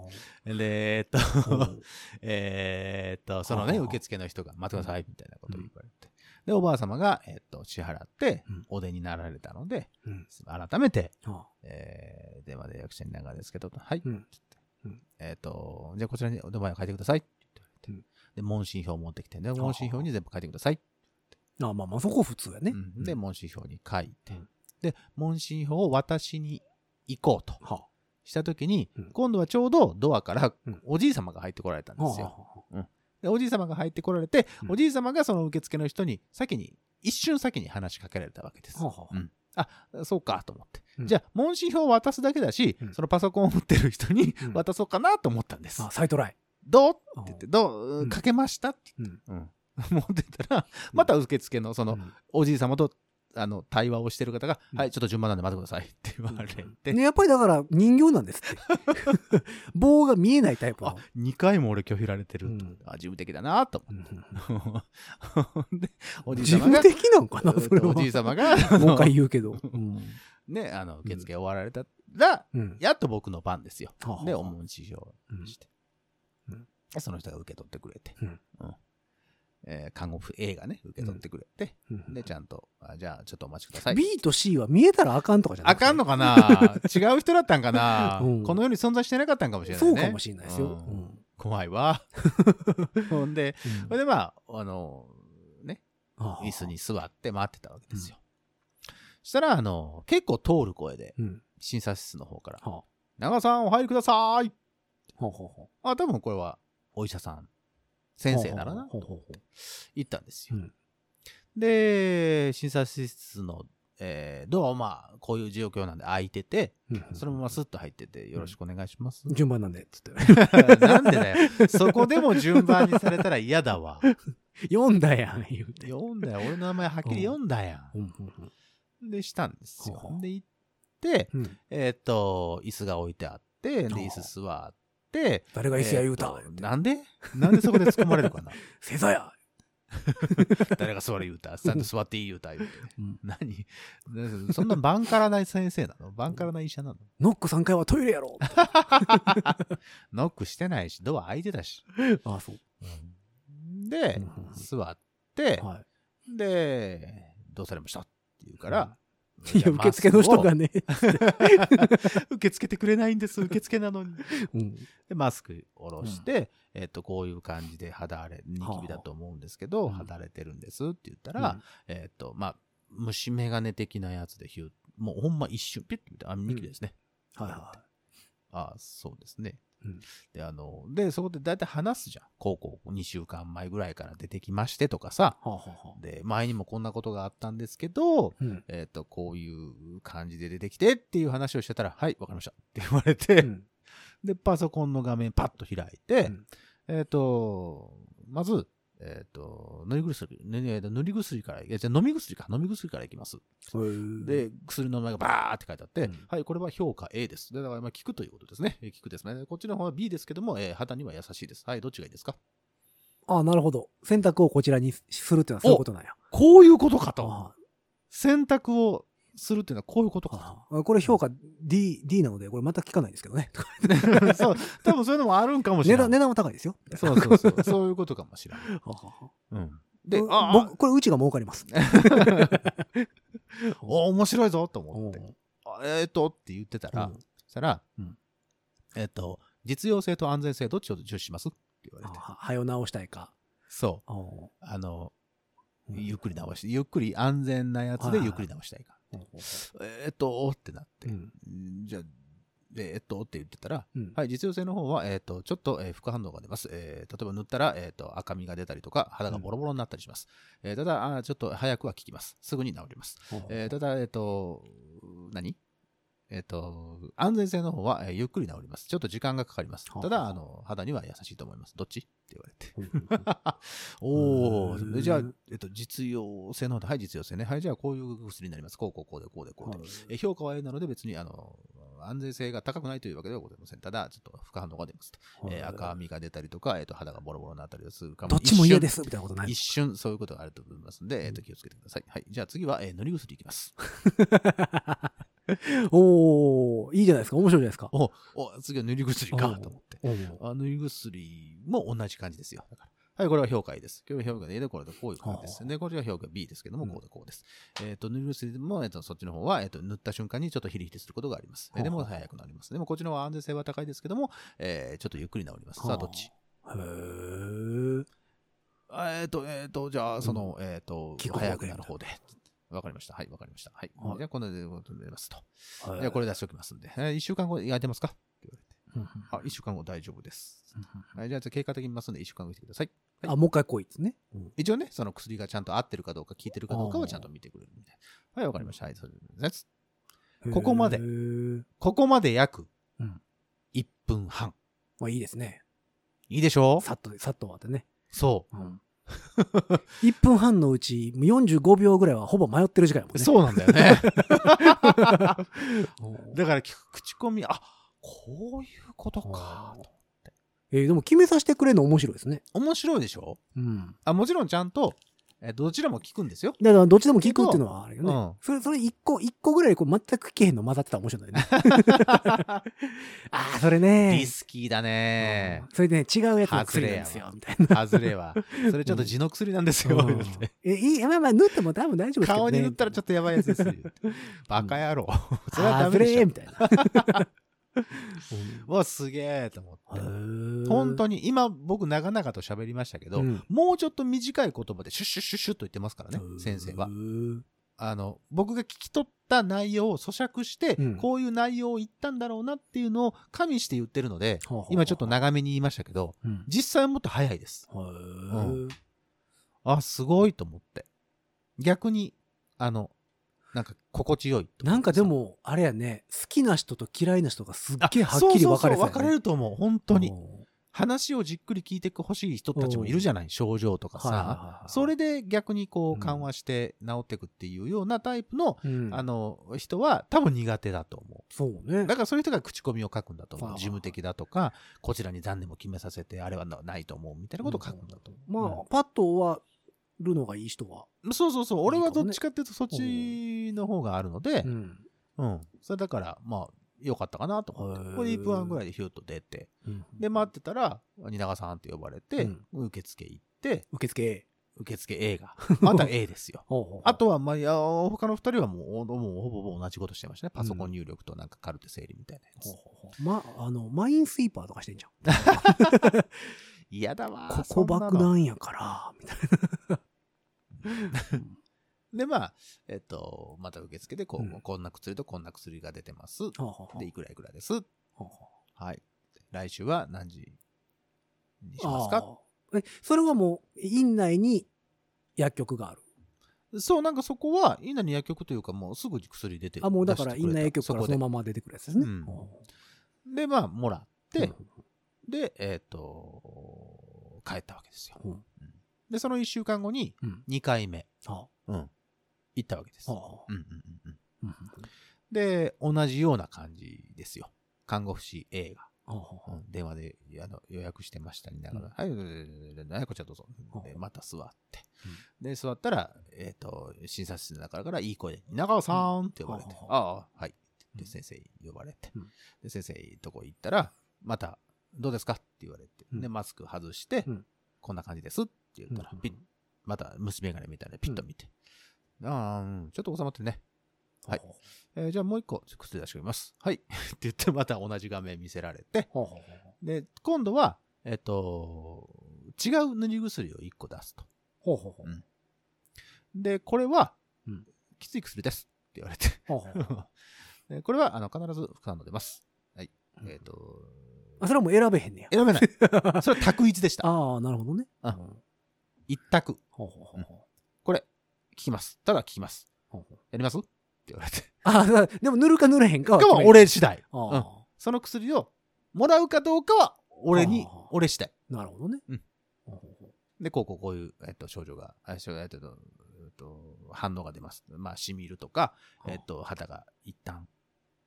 S3: 俺。で、えーっ
S2: あ
S3: と、
S2: ー
S3: えーっと、そのね、
S2: ああ
S3: 受付の人が、待ってください、みたいなことを言われて。で、おばあ様が、えーっと、支払って
S2: うん、
S3: お出になられたので、
S2: うん
S3: 改めて、
S2: は
S3: えー、電話で役者に長ですけど、はい。
S2: うん
S3: つって
S2: うん
S3: えっ、と、じゃあこちらにお名前を書いてください。って言われてで、問診票を持ってきて、で、問診票に全部書いてください。
S2: ああまあまあそこ普通やね
S3: う。んで、問診票に書いて、
S2: うん
S3: で、問診票を渡しに行こうと
S2: は
S3: したときに、
S2: うん
S3: 今度はちょうどドアから
S2: うん
S3: おじい様が入ってこられたん
S2: あはあ
S3: です
S2: は
S3: よ。
S2: あはあ
S3: でおじい様が入ってこられて、
S2: うん
S3: おじい様がその受付の人に先に、一瞬先に話しかけられたわけです。
S2: ほうほう
S3: うんあ、そうかと思って。
S2: うん
S3: じゃあ、問診票を渡すだけだし、
S2: うん
S3: そのパソコンを持ってる人に
S2: うん
S3: 渡そうかなと思ったんです。
S2: あ、再トライ。
S3: どうって
S2: あ
S3: 言って、どう、
S2: うん
S3: かけましたって言って、うん 持ってたら、また受付のその、
S2: うん
S3: おじい様と、あの、対話をしてる方が、
S2: うん
S3: はい、ちょっと順番なんで待ってくださいって言われて、
S2: ね、やっぱりだから人形なんです って。棒が見えないタイプ
S3: あ
S2: の。、
S3: 2回も俺拒否られてると、
S2: うん
S3: あ、自分的だなと
S2: うんうん
S3: 思って。で、おじい
S2: 自
S3: 様
S2: 分
S3: が、
S2: 的なんかな、それは。
S3: おじい様が、
S2: もう一回言うけど。うん
S3: ね、あの、受付終わられたら、
S2: うん
S3: やっと僕の番ですよ。
S2: はあはあ
S3: で、お問診票
S2: うん
S3: して
S2: うん。
S3: でその人が受け取ってくれて、
S2: うん
S3: うんえー看護婦 A がね、受け取ってくれて、
S2: うん
S3: で、ちゃんと、あじゃあ、ちょっとお待ちください。
S2: B と C は見えたらあかんとかじゃな
S3: あ
S2: くて
S3: かんのかな違う人だったんかな、
S2: うん
S3: この世に存在してなかったんかもしれない
S2: そ
S3: ね。
S2: うかもしれないですよ。う
S3: う
S2: んん
S3: 怖い わ。ほんで、
S2: うん
S3: それでまあ、あの、ね、
S2: ああ
S3: 椅子に座って待ってたわけですよ。そしたら、あの、結構通る声で、
S2: うん。
S3: 診察室の方から、
S2: はあ
S3: 長さんお入りください
S2: ほうほうほ
S3: あ、多分これは、お医者さん、
S2: う
S3: 先生ならな、
S2: ほうほうほう
S3: 行ったんですよ。
S2: うん
S3: で、診察室の、えードアをまあ、こういう状況なんで開いてて、
S2: うん
S3: そのままスッと入ってて、よろしくお願いします。
S2: 順番なんで、つって。
S3: なんでだよ。そこでも順番にされたら嫌 だわ。
S2: 読んだやん、言うて。
S3: 読んだよ。俺の名前はっきり読んだや
S2: うんうんうん
S3: ん。で、したんですよ
S2: ほうほ。う
S3: で、行って、
S2: うん
S3: えーっと、椅子が置いてあって、で、
S2: ほう
S3: 椅子座って、
S2: 誰が椅子や言うた
S3: えーっとなんでなんでそこで突っ込まれるかな
S2: せざや
S3: 誰が座れ言うた ちゃんと座っていい言うた言うて
S2: うん
S3: 何そんなバンカラない先生なのバンカラない医 者なの
S2: ノック3回はトイレやろ
S3: ノックしてないし、ドア開いてたし。
S2: ああ、そう。
S3: で
S2: うんうんうん、
S3: 座って、
S2: はい。
S3: で、どうされましたって言うから、
S2: いや、受付の人が
S3: ね。
S2: ね。
S3: 受け付けてくれないんです、受付なのに。
S2: うん
S3: で、マスク下ろして、えっと、こういう感じで肌荒れ、ニキビだと思うんですけど、
S2: はあ
S3: 肌荒れてるんですって言ったら、、えっと、まあ、虫眼鏡的なやつでヒュー、もうほんま一瞬、ピュッて見て、あ、ニキビですね。
S2: うんはいは
S3: あ、そうですね。
S2: うん
S3: で、あの、で、そこで大体話すじゃん。高校2週間前ぐらいから出てきましてとかさ。
S2: い。はあはあはあ
S3: で、前にもこんなことがあったんですけど、
S2: うん
S3: えっ、と、こういう感じで出てきてっていう話をしてたら、はい、わかりましたって言われて、
S2: うん
S3: で、パソコンの画面パッと開いて、
S2: うん
S3: えっ、と、まず、えっ、と、塗り薬、ねね塗り薬から、いや、じゃあ飲み薬か、飲み薬からいきます。
S2: で、
S3: で、薬の名前がバーって書いてあって、
S2: うん
S3: はい、これは評価 A です。でだから、まあ、効くということですね。えー効くですね。こっちの方は B ですけども、えー肌には優しいです。はい、どっちがいいですか
S2: ああ、なるほど。選択をこちらにするってのはそういうことなんや。
S3: こういうことかと。
S2: あ
S3: 選択をするっていうのはこういうことか
S2: ああこれ評価 D、D なので、これまた聞かないですけど ね。
S3: と。 そう、多分そういうのもあるんかもし
S2: 値
S3: れな
S2: 段、
S3: い。
S2: 値段は高いですよ。
S3: そうそうそう。 そういうことかもしれない。
S2: はあはあはあ
S3: うん。で、
S2: 僕
S3: あ
S2: 僕、これうちが儲かり ます。
S3: あ、 お面白いぞと思って
S2: うん。
S3: あえっ、と、って言ってたら、
S2: うん
S3: そしたら、
S2: うん
S3: えっ、と、実用性と安全性どっちを重視しますって言わ
S2: あ
S3: れて。
S2: ははよ直したいか。
S3: そう。
S2: ああ
S3: あの、
S2: うん
S3: ゆっくり直して、ゆっくり安全なやつでゆっくり直したいか。えーっと、ってなって。
S2: うん
S3: んじゃあ、でえーっと、って言ってたら、
S2: うん
S3: はい、実用性の方は、えーっと、ちょっと、えー副反応が出ます。えー例えば塗ったら、えーっと、赤みが出たりとか、肌がボロボロになったりします。えーただ、あーちょっと早くは効きます。すぐに治ります。えーただ、えーっと、何えーっと、安全性の方は、えーゆっくり治ります。ちょっと時間がかかります
S2: は。あ
S3: ただ、あの、肌には優しいと思います。どっちって言われて。お
S2: おー
S3: お、でじゃあ、えっと、実用性の方で、はい、実用性ね。はい、じゃあ、こういう薬になります。こう、こう、こうで、こうで、こうで。え評価は A なので、別に、あの、安全性が高くないというわけではございません。ただ、ちょっと副反応が出ますと。えー赤みが出たりとか、えっと、肌がボロボロになったりするかも
S2: どっちも嫌
S3: 一瞬
S2: ですみたいなことない
S3: 一。瞬、そういうことがあると思いますので、えっと、気をつけてください。はい。じゃあ、次は、えー塗り薬いき ます。
S2: おおいいじゃないですか。面白いじゃないですか。
S3: おお、次は塗り薬か、と思って。
S2: お
S3: あ塗り薬も同じ感じですよ。だからはい、これは評価 A です。これは評価 A で、これでこういう感じです。
S2: は
S3: で、これが評価 B ですけども、
S2: うん
S3: こうでこうです。えっ、と、塗り薬も、えっとそっちの方は、えっ、と、塗った瞬間にちょっとヒリヒリすることがあります。え
S2: はあ
S3: でも、早くなります。でも、こっちの方は安全性は高いですけども、えーちょっとゆっくり治ります。さあ、どっち
S2: へえ。
S3: あえっ、と、えっ、と、じゃあ、その、えっ、と
S2: 聞く、方で
S3: 早くなる方で。わかりました。はい、わかりました。はい。
S2: はい
S3: じゃあ、こので、こうなりますと。
S2: はい
S3: じゃあ、これ出しておきますんで。えー、1週間後、焼いてますかって言われて。
S2: うんうん
S3: あ、1週間後大丈夫です。
S2: うん
S3: はい、じゃあ経過的に見ますので1週間後見てください。
S2: うんあ、もう一回来いですね。
S3: 一応ね、その薬がちゃんと合ってるかどうか効いてるかどうかはちゃんと見てくれるみたいな。はい、わかりました。はい、それです。ここまで
S2: へー
S3: ここまで約
S2: うん
S3: 1分半。
S2: まあいいですね。
S3: いいでしょ
S2: さっとで、さっと終わってね。
S3: うそう。
S2: うん、1分半のうち45秒ぐらいはほぼ迷ってる時間やもんね。
S3: そうなんだよ ね。
S2: うん
S3: だから、口コミ、あ、こういうことか
S2: うん。
S3: と
S2: えーでも決めさせてくれるの面白いですね。
S3: 面白いでしょ
S2: うん。
S3: あ、もちろんちゃんと、えどちらも聞くんですよ。
S2: だからどっちでも聞くっていうのはあるよね。
S3: うん
S2: それ、それ一個、一個ぐらいこう全く聞けへんの混ざってたら面白いん だよね。ああ、それね
S3: リ。スキーだ
S2: う
S3: ね
S2: ん。それでね、違うやつの薬なんですよ、みたいな。
S3: 外れは。それちょっと地の薬なんですよ。
S2: うん
S3: 言うて
S2: え、いい、まあまあ、塗っても多分大丈夫ですけど、ね。
S3: 顔に塗ったら
S2: ち
S3: ちょっとやばいやつ ですよ。言うてバカ野郎。それはダ
S2: あー
S3: メ
S2: そ
S3: でし
S2: れ、
S3: ょ
S2: み。たいな。
S3: うわ、すげえと思って。本
S2: 本
S3: 当
S2: に。
S3: に、今僕長々と喋りましたけど、
S2: うん
S3: もうちょっと短い言葉でシュッシュッシュッシュッと言ってますからね
S2: う、ん
S3: 先生は
S2: う。ん
S3: あの、僕が聞き取った内容を咀嚼して、
S2: うん
S3: こういう内容を言ったんだろうなっていうのを加味して言ってるので、
S2: ほうほうほう
S3: 今ちょっと長めに言いましたけど、
S2: うん
S3: 実際はもっと早いです。
S2: へ
S3: う
S2: ー
S3: あ、すごいと思って。逆に、あの、なんか心地よいと思ってさ。
S2: なんかでも、あれやね、好きな人と嫌いな人がすっ
S3: あ、
S2: げえはっきり分かれ
S3: そうそうそう分かれ
S2: る。
S3: ると思う。本当に。
S2: うん
S3: 話をじっくり聞いてほしい人たちもいるじゃない症状とか
S2: はいはい
S3: さ。
S2: はいはい
S3: それで逆に
S2: う
S3: こうん緩和して治っていくっていうようなタイプの、
S2: うん
S3: あの、人は多分苦手だと思
S2: そう
S3: う。
S2: ね
S3: だ。からそういう人が口コミを書くんだと思う。
S2: はいはい
S3: 事務的だとか、こちらに残念も決めさせて、あれはなないと思うみたいなことを書くんだと思う。
S2: まあ、パッと終わるのがいい人は。
S3: うんそうそうそう。俺
S2: い
S3: はい
S2: か
S3: ど
S2: もね
S3: っちかっていうとそっちの方があるので、
S2: ん。
S3: うん。それだから、まあ、良かったかなと思って。
S2: へー
S3: これ1分半ぐらいでヒュッと出て。で、待ってたら、蜷川さんって呼ばれて、
S2: うん
S3: 受付行って、
S2: 受付。
S3: 受付 A が。また A ですよ。
S2: ほうほう
S3: あ、とは、まあ、いや、他の二人はもう、もうほぼほぼ同じことしてましたね。パソコン入力となんかカルテ整理みたいなや
S2: ほう
S3: つ。
S2: ほうほうま、あの、マインスイーパーとかしてんじゃん。
S3: 嫌だわー。
S2: ここ
S3: そんな
S2: 爆
S3: の
S2: 弾やから、みたい
S3: で、まあ、えっと、また受付で、こう、
S2: うん
S3: こんな薬とこんな薬が出てます。
S2: な。ほうほうほう
S3: で、いくらいくらです。
S2: ほうほう
S3: はい。来週は何時にしますか
S2: あーえ、それはもう、院内に薬局がある。
S3: そう、なんかそこは、院内に薬局というか、もうすぐ薬出て
S2: あ、もうだから、
S3: 出して
S2: 院
S3: く
S2: 内
S3: れた
S2: 薬局から
S3: そ
S2: そ
S3: こで
S2: のまま出てくるやつですね。
S3: うん
S2: ほ
S3: で、まあ、もらっ
S2: う
S3: て、
S2: うん
S3: で、えっ、と、帰ったわけですよ。
S2: うん
S3: で、その1週間後に
S2: うん
S3: 2回目、
S2: は
S3: うん行ったわけです。
S2: あ
S3: うん
S2: は
S3: うんうんうん、
S2: あうん
S3: で、同じような感じですよ。看護婦士 A が、
S2: はあはあ
S3: うん電話であの予約してましたりながら、
S2: うん
S3: はい、はいはい、こちらどうぞ。
S2: うん
S3: で、また座って。で、座ったら、えっ、と、診察室の中からいい声で、稲川さんって呼ばれて、
S2: うん
S3: ああ、はい。
S2: う
S3: で、
S2: ん
S3: 先生呼ばれて、
S2: うん
S3: で、先生とこ行ったら、また、どうですかって言われて、
S2: うん
S3: で、マスク外して、
S2: うん
S3: こんな感じですって言ったら、
S2: うん
S3: ピッ、また虫眼鏡みたいなピッと見て、ああ、うんちょっと収まってるね。はいえーじゃあもう一個薬出しておきます。 はい。って言って、また同じ画面見せられて、
S2: はあはあはあ
S3: で、今度は、えっ、と、違う塗り薬を一個出すと。
S2: ほうほうほう
S3: で、これは、
S2: うん
S3: きつい薬ですって言われて。
S2: ほうほうほう
S3: でこれは、あの、必ず副反応出ます。はい。えっ、と、
S2: あそれはもう選べへんねや。
S3: 選べない。それは択一でし た。
S2: ああ、なるほどね。
S3: うん
S2: ほう
S3: 一択。
S2: ほうほうほう
S3: これ、聞きます。ただ聞きます。
S2: ほうほう
S3: やりますって言われて。
S2: ああ、でも塗るか塗れへんかは
S3: か
S2: 決
S3: は
S2: める。
S3: 俺次第。
S2: あ
S3: うん
S2: あ、
S3: その薬をもらうかどうかは、俺に
S2: あー、
S3: 俺次第。
S2: なるほどね。
S3: うん
S2: ほうほうほう
S3: で、こうこうこういう、えっと、症状が、あ症状えっと、えっと反応が出ます。まあ、しみるとか、えっと、肌が一旦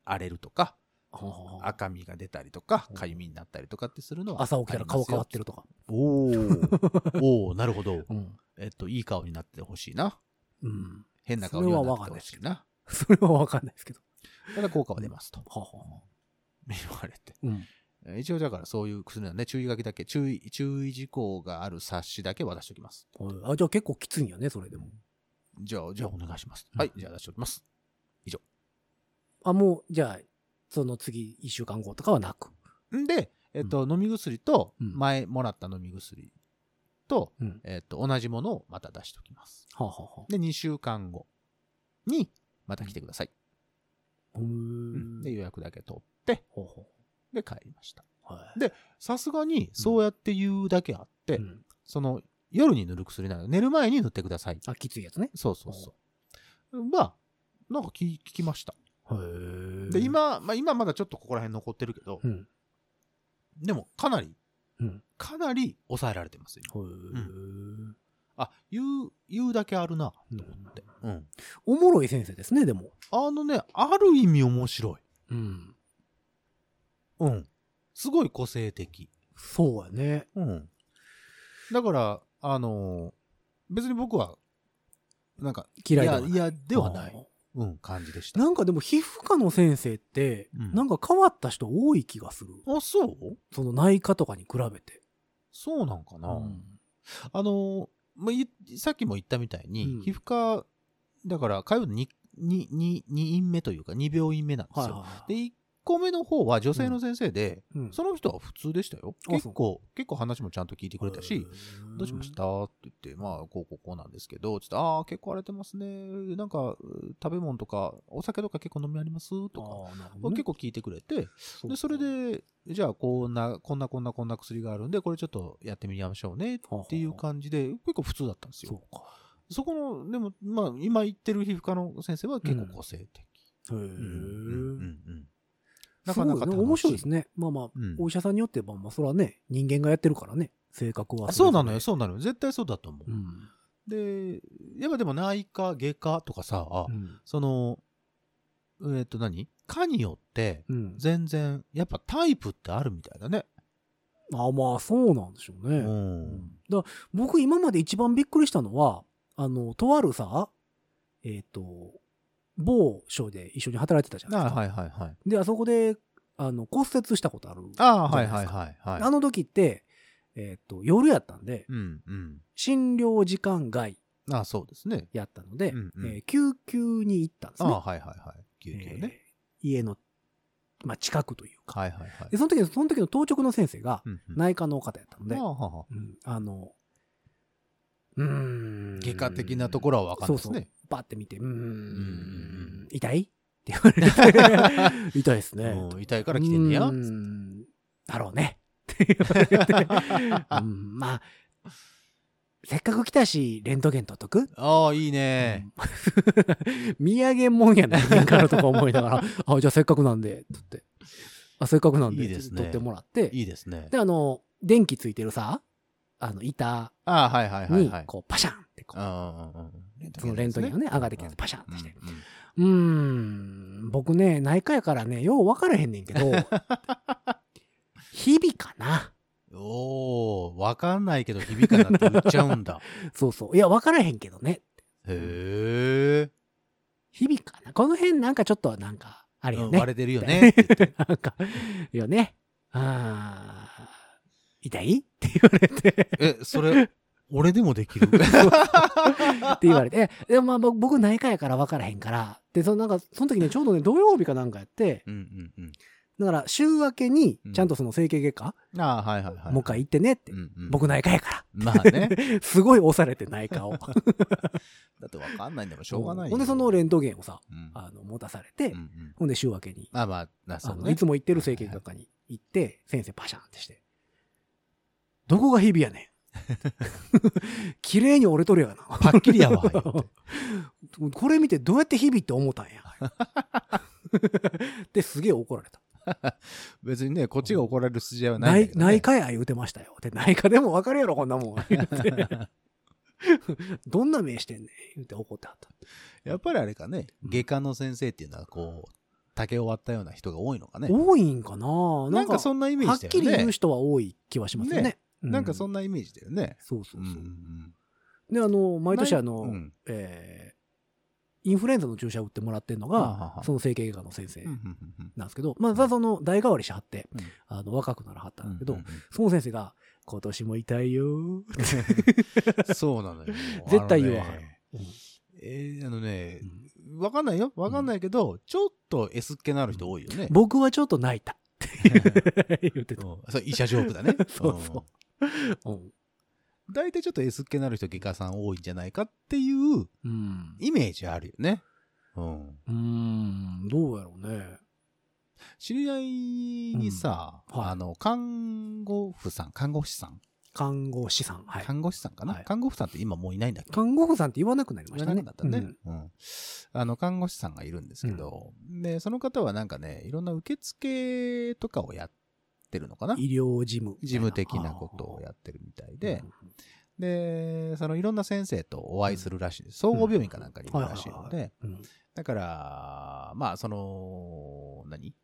S3: 荒れるとか、
S2: ほうほうほう
S3: 赤みが出たりとか
S2: う、ん
S3: かゆみになったりとかってするのは。
S2: 朝起きたら顔変わってるとか。
S3: お ー。おおなるほど。
S2: うん。
S3: えっと、いい顔になってほしいな。
S2: うん。
S3: 変な顔にはなってほしいな。
S2: それはわかんないですけど。
S3: ただ効果は出ますと。
S2: は あはあは
S3: 言われ
S2: あ
S3: て。
S2: うん。
S3: えー一応だからそういう薬なんで、注意書きだけ、注意、注意事項がある冊子だけ渡しておきます。
S2: はいあ、じゃあ結構きついんやね、それでも。
S3: じゃあ、じゃあお願いします。
S2: うん
S3: はい、じゃあ出しておきます。
S2: あ、もう、じゃあ、その次、一週間後とかはなく。
S3: んで、えっと、飲み薬と、
S2: うん
S3: 前もらった飲み薬と、
S2: うん
S3: えっと、同じものをまた出しておきます。
S2: はあ、はあは
S3: で、2週間後に、また来てください。
S2: あ、うーん
S3: で、予約だけ取って、
S2: ほうほ
S3: で、帰りました。
S2: は
S3: さすがに、そうやって言うだけあって、
S2: いうん
S3: その、夜に塗る薬なので、寝る前に塗ってください。
S2: あ、きついやつね。
S3: そうそうそう。まあ、なんか聞聞きました。で、
S2: で、
S3: 今、まあ今まだちょっとここら辺残ってるけど、
S2: うん。
S3: でもかなり、
S2: うん。
S3: かなり抑えられてます、今。
S2: へー
S3: あ、言う、言うだけあるな。
S2: うん
S3: うん。
S2: おもろい先生ですね、でも。
S3: あのね、ある意味面白い。
S2: うん。
S3: うん。すごい個性的。
S2: そうやね。
S3: うん。だから、あのー別に僕は、なんか、
S2: 嫌いではない。
S3: や、やではない
S2: あ。ー
S3: うん、感じでした。
S2: なんかでも皮膚科の先生って、
S3: うん
S2: なんか変わった人多い気がする。
S3: あ、そう
S2: その内科とかに比べて。
S3: そうなんかな。
S2: うん
S3: あのーまあい、さっきも言ったみたいに、
S2: うん
S3: 皮膚科、だから、通うの 2, 2, 2, 2院目というか、2病院目なんですよ。
S2: はいはいはい。
S3: で、1個目の方は女性の先生で、
S2: うん
S3: その人は普通でしたよ。
S2: あ
S3: 結構、結構話もちゃんと聞いてくれたし、、
S2: へー
S3: どうしましたって言って、まあ、こうこうこうなんですけど、ちょっと、ああ、結構荒れてますね。なんか、う食べ物とか、お酒とか結構飲みあります
S2: あ
S3: と
S2: ーなる
S3: か、
S2: ほ
S3: ま
S2: ど
S3: あ
S2: ね
S3: 結構聞いてくれて、
S2: そう
S3: で、それで、じゃあ、こんな、こんなこんなこんな薬があるんで、これちょっとやってみましょうね、っていう感じで、結構普通だったんです
S2: そ
S3: よ。
S2: うか。
S3: そこの、でも、まあ、今言ってる皮膚科の先生は結構個性的。
S2: へえ。
S3: うんうんうん
S2: な
S3: な
S2: か
S3: か
S2: な
S3: な
S2: か
S3: か
S2: ね、
S3: 楽しい
S2: 面白いですね。まあまあ、
S3: うん
S2: お医者さんによっては、まあそれはね、人間がやってるからね、性格は
S3: あそうなのよ、
S2: れ
S3: そうなのよ。絶対そうだと思う。
S2: ぞれ。うん。
S3: で、やっぱでも内科、外科とかさ、
S2: うん
S3: その、えっ、と何科によって、
S2: うん。
S3: 全然、やっぱタイプってあるみたいだね。
S2: あまあ、そうなんでしょうね。
S3: うん。
S2: だから僕今まで一番びっくりしたのは、あの、とあるさ、えっ、と、某所で一緒に働いてたじゃない
S3: あ
S2: ですか。
S3: はいはいはい。
S2: で、あそこで、あの、骨折したことある。
S3: ああ、はいはいはいはい。
S2: あの時って、えっ、と、夜やったんで、
S3: うんうん。
S2: 診療時間外
S3: ああ、そうですね。
S2: やったので、
S3: うんうん
S2: えー救急に行ったんです
S3: あ
S2: ね。
S3: あ、はいはいはい。救急ね。
S2: えー家の、まあ、近くというか。
S3: はいはいはい
S2: で、。その時の、その時の当直の先生が、
S3: うんうん
S2: 内科の方やったので、
S3: まあはは。
S2: うんあの、うーん。
S3: 外科的なところはわかんないですね。
S2: バッて見て、うーん
S3: ん、
S2: 痛いって言われて、痛いですね。
S3: うん痛いから来てんねや
S2: うー。んだろうね。って言われて、うんまあ、せっかく来たし、レントゲン取っとく
S3: ああ、いいね。
S2: うん 土産もんやな、民間のとか思いながら、あ、じゃあせっかくなんで、つって。あ、せっかくなんで、
S3: いいですね
S2: 取ってもらって。
S3: いいですね。
S2: で、あの、電気ついてるさ、あの、板
S3: ああ、はいはいはい
S2: に
S3: はい、。
S2: こう、パシャンってこう、
S3: うんうんうん
S2: そのレントゲンをね、上がってきて、
S3: パ
S2: パシャンってして。
S3: うんうん
S2: うーん、僕ね、内科やからね、よう分からへんねんけ ど、日々かな。
S3: おー、わかんないけど響かなって言っちゃうんだ。
S2: そうそう。いや、分からへんけどね。
S3: へ
S2: 日々かな。この辺なんかちょっとなんか、あ
S3: え、
S2: れよ
S3: うん
S2: ね。
S3: 割れてる よね。
S2: なんか、よね。あー痛いって言われて、
S3: え、それ、俺でも できる。
S2: って言われて、えでもまあ僕僕内科やから分からへんから、で、そのなんか、その時ね、ちょうどね、土曜日かなんかやって、
S3: うんうんうん。
S2: だから週明けに、ちゃんとその整形外科、
S3: ああ、はいはいはい。
S2: もう一回行ってねって
S3: う、んうん。
S2: 僕内科やか
S3: まあね。
S2: ら、すごい押されて内科を。
S3: だってわかんないんだもん、しょうがないよ。
S2: ほんで、そのレントゲンをさ、
S3: うん、
S2: あの、持たされて、
S3: うんうん
S2: ほんで週明けに、
S3: まあまあ、なそ
S2: あ
S3: う
S2: の
S3: ね。
S2: いつも行ってる整形外科に行って、先生パシャンってして。どこが日々やねん。 綺麗に折れとるやがな。
S3: はっきりやわ。言うて
S2: これ見てどうやって日々って思ったんや。 ってすげえ怒られた。
S3: 別にね、こっちが怒られる筋合いはないん
S2: 内
S3: だけどね。
S2: 内科や言うてましたよ。で内科でもわかるやろ、こんな もん。言うて どんな目してんねん。言うて怒ってはった。
S3: やっぱりあれかね、外科の先生っていうのは、こう、竹を割ったような人が多いのかね。
S2: 多いんかな
S3: な
S2: なんん
S3: か
S2: か、
S3: そんなイメ
S2: はっ
S3: ージだ
S2: き
S3: よ
S2: り言う
S3: ね。
S2: 人は多い気はしますよね。
S3: ねなんか
S2: う
S3: そんなイメージだよね。
S2: そうそうそう。
S3: ん
S2: で、あの、毎年あの、
S3: うん
S2: えーインフルエンザの注射を打ってもらってるの
S3: はあは
S2: が
S3: あ、
S2: その整形外科の先生
S3: うんう
S2: なんん
S3: うん
S2: ですけど、まあ、さその代替わりしはって、
S3: うん
S2: あの、若くならはったん
S3: うん
S2: だけど、
S3: うん
S2: その先生が、今年も痛いよー
S3: うんそうなのよ。
S2: 絶対言わ
S3: あ
S2: は
S3: の
S2: る
S3: ね
S2: うん
S3: えーあのね
S2: う、ん
S3: わかんないよ。わかんないけど、ちょっと S っ気のある人多いよね。
S2: 僕はちょっと泣いた。 言ってた。。
S3: うんそう医者ジョークだね
S2: そうそうん。
S3: うん。大体ちょっと S っ気のある人、外科さん多いんじゃないかっていう
S2: うん。
S3: イメージあるよね。うん。
S2: うーん、どうやろうね。
S3: 知り合いにさ、
S2: うんはい
S3: あの、看護婦さん、看護師さん、
S2: 看護師さん。はい。
S3: 看護師さんかな、
S2: はい
S3: 看護婦さんって今もういないんだっけ
S2: 看護婦さんって言わなくなりま
S3: 言
S2: した
S3: わな
S2: ね。
S3: くなったね、うんあの、看護師さんがいるんですけど、で、その方はなんかね、いろんな受付とかをやってるのかな
S2: うん医療事務。
S3: 事務的なことをやってるみたいで
S2: うん、
S3: で、そのいろんな先生とお会いするらしいです。総合病院かなんかにいるらしいの
S2: うん
S3: で、
S2: うん
S3: だから、まあ、その、何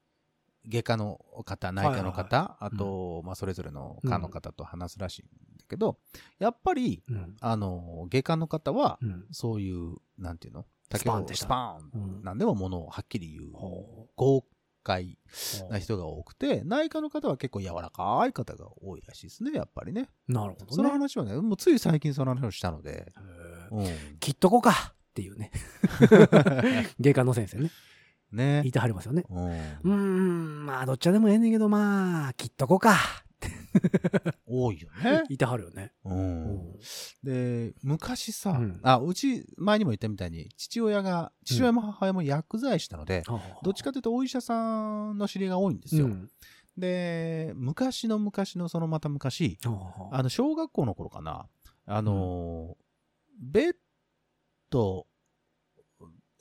S3: 外科の方、内科の方、あと、まあ、それぞれの科の方と話すらしいんだけど、やっぱり、
S2: うん
S3: あの、外科の方は、
S2: うん
S3: そういう、なんていうの
S2: スパンでした
S3: スパン。
S2: うん
S3: なんでもものをはっきり言う、
S2: ほ
S3: 豪快
S2: う
S3: な人が多くて、内科の方は結構柔らかい方が多いらしいですね、やっぱりね。
S2: なるほど
S3: その
S2: ね。
S3: 話はね、もうつい最近その話をしたので、
S2: へー
S3: うん。
S2: 切っとこうかっていうね。 外科の先生ね。
S3: ね
S2: 言い。てはりますよね。
S3: うん
S2: うーん、まあ、どっちでもええねんけど、まあ、切っとこうかって
S3: 多いよね。
S2: 言いてはるよね。
S3: う。
S2: うんん
S3: で、昔さ、
S2: うん
S3: あ、うち、前にも言ったみたいに、父親が、父親も母親も薬剤師なので、どっちかというとお医者さんの知り合いが多いんですよ。
S2: うん
S3: で、昔の昔のそのまた昔、
S2: はあはあ
S3: あの、小学校の頃かな、あのーベッド、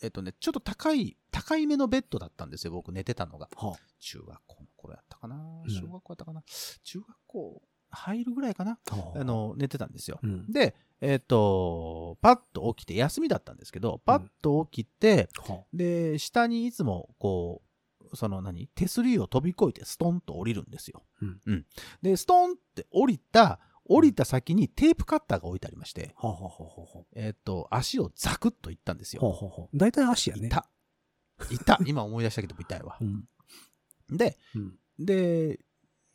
S3: えっとね、ちょっと高い、高い目のベッドだったんですよ、僕寝てたのが。
S2: はあ
S3: 中学校の頃やったかな、
S2: うん
S3: 小学校やったかな、中学校入るぐらいかな、
S2: はあ
S3: あの、寝てたんですよ。
S2: うん
S3: で、えっ、と、パッと起きて、休みだったんですけど、パッと起きて、
S2: は
S3: で、下にいつも、こう、その何手すりを飛び越えてストンと降りるんですよ。
S2: うん
S3: で、ストンって降りた、降りた先にテープカッターが置いてありまして、
S2: あはあはあは
S3: えっ、と、足をザクッといったんです
S2: あはあ
S3: よ。
S2: はあはあ大体足やね。
S3: いた。いた。今思い出したけど、痛いわ
S2: う。ん。
S3: で、
S2: うん
S3: で、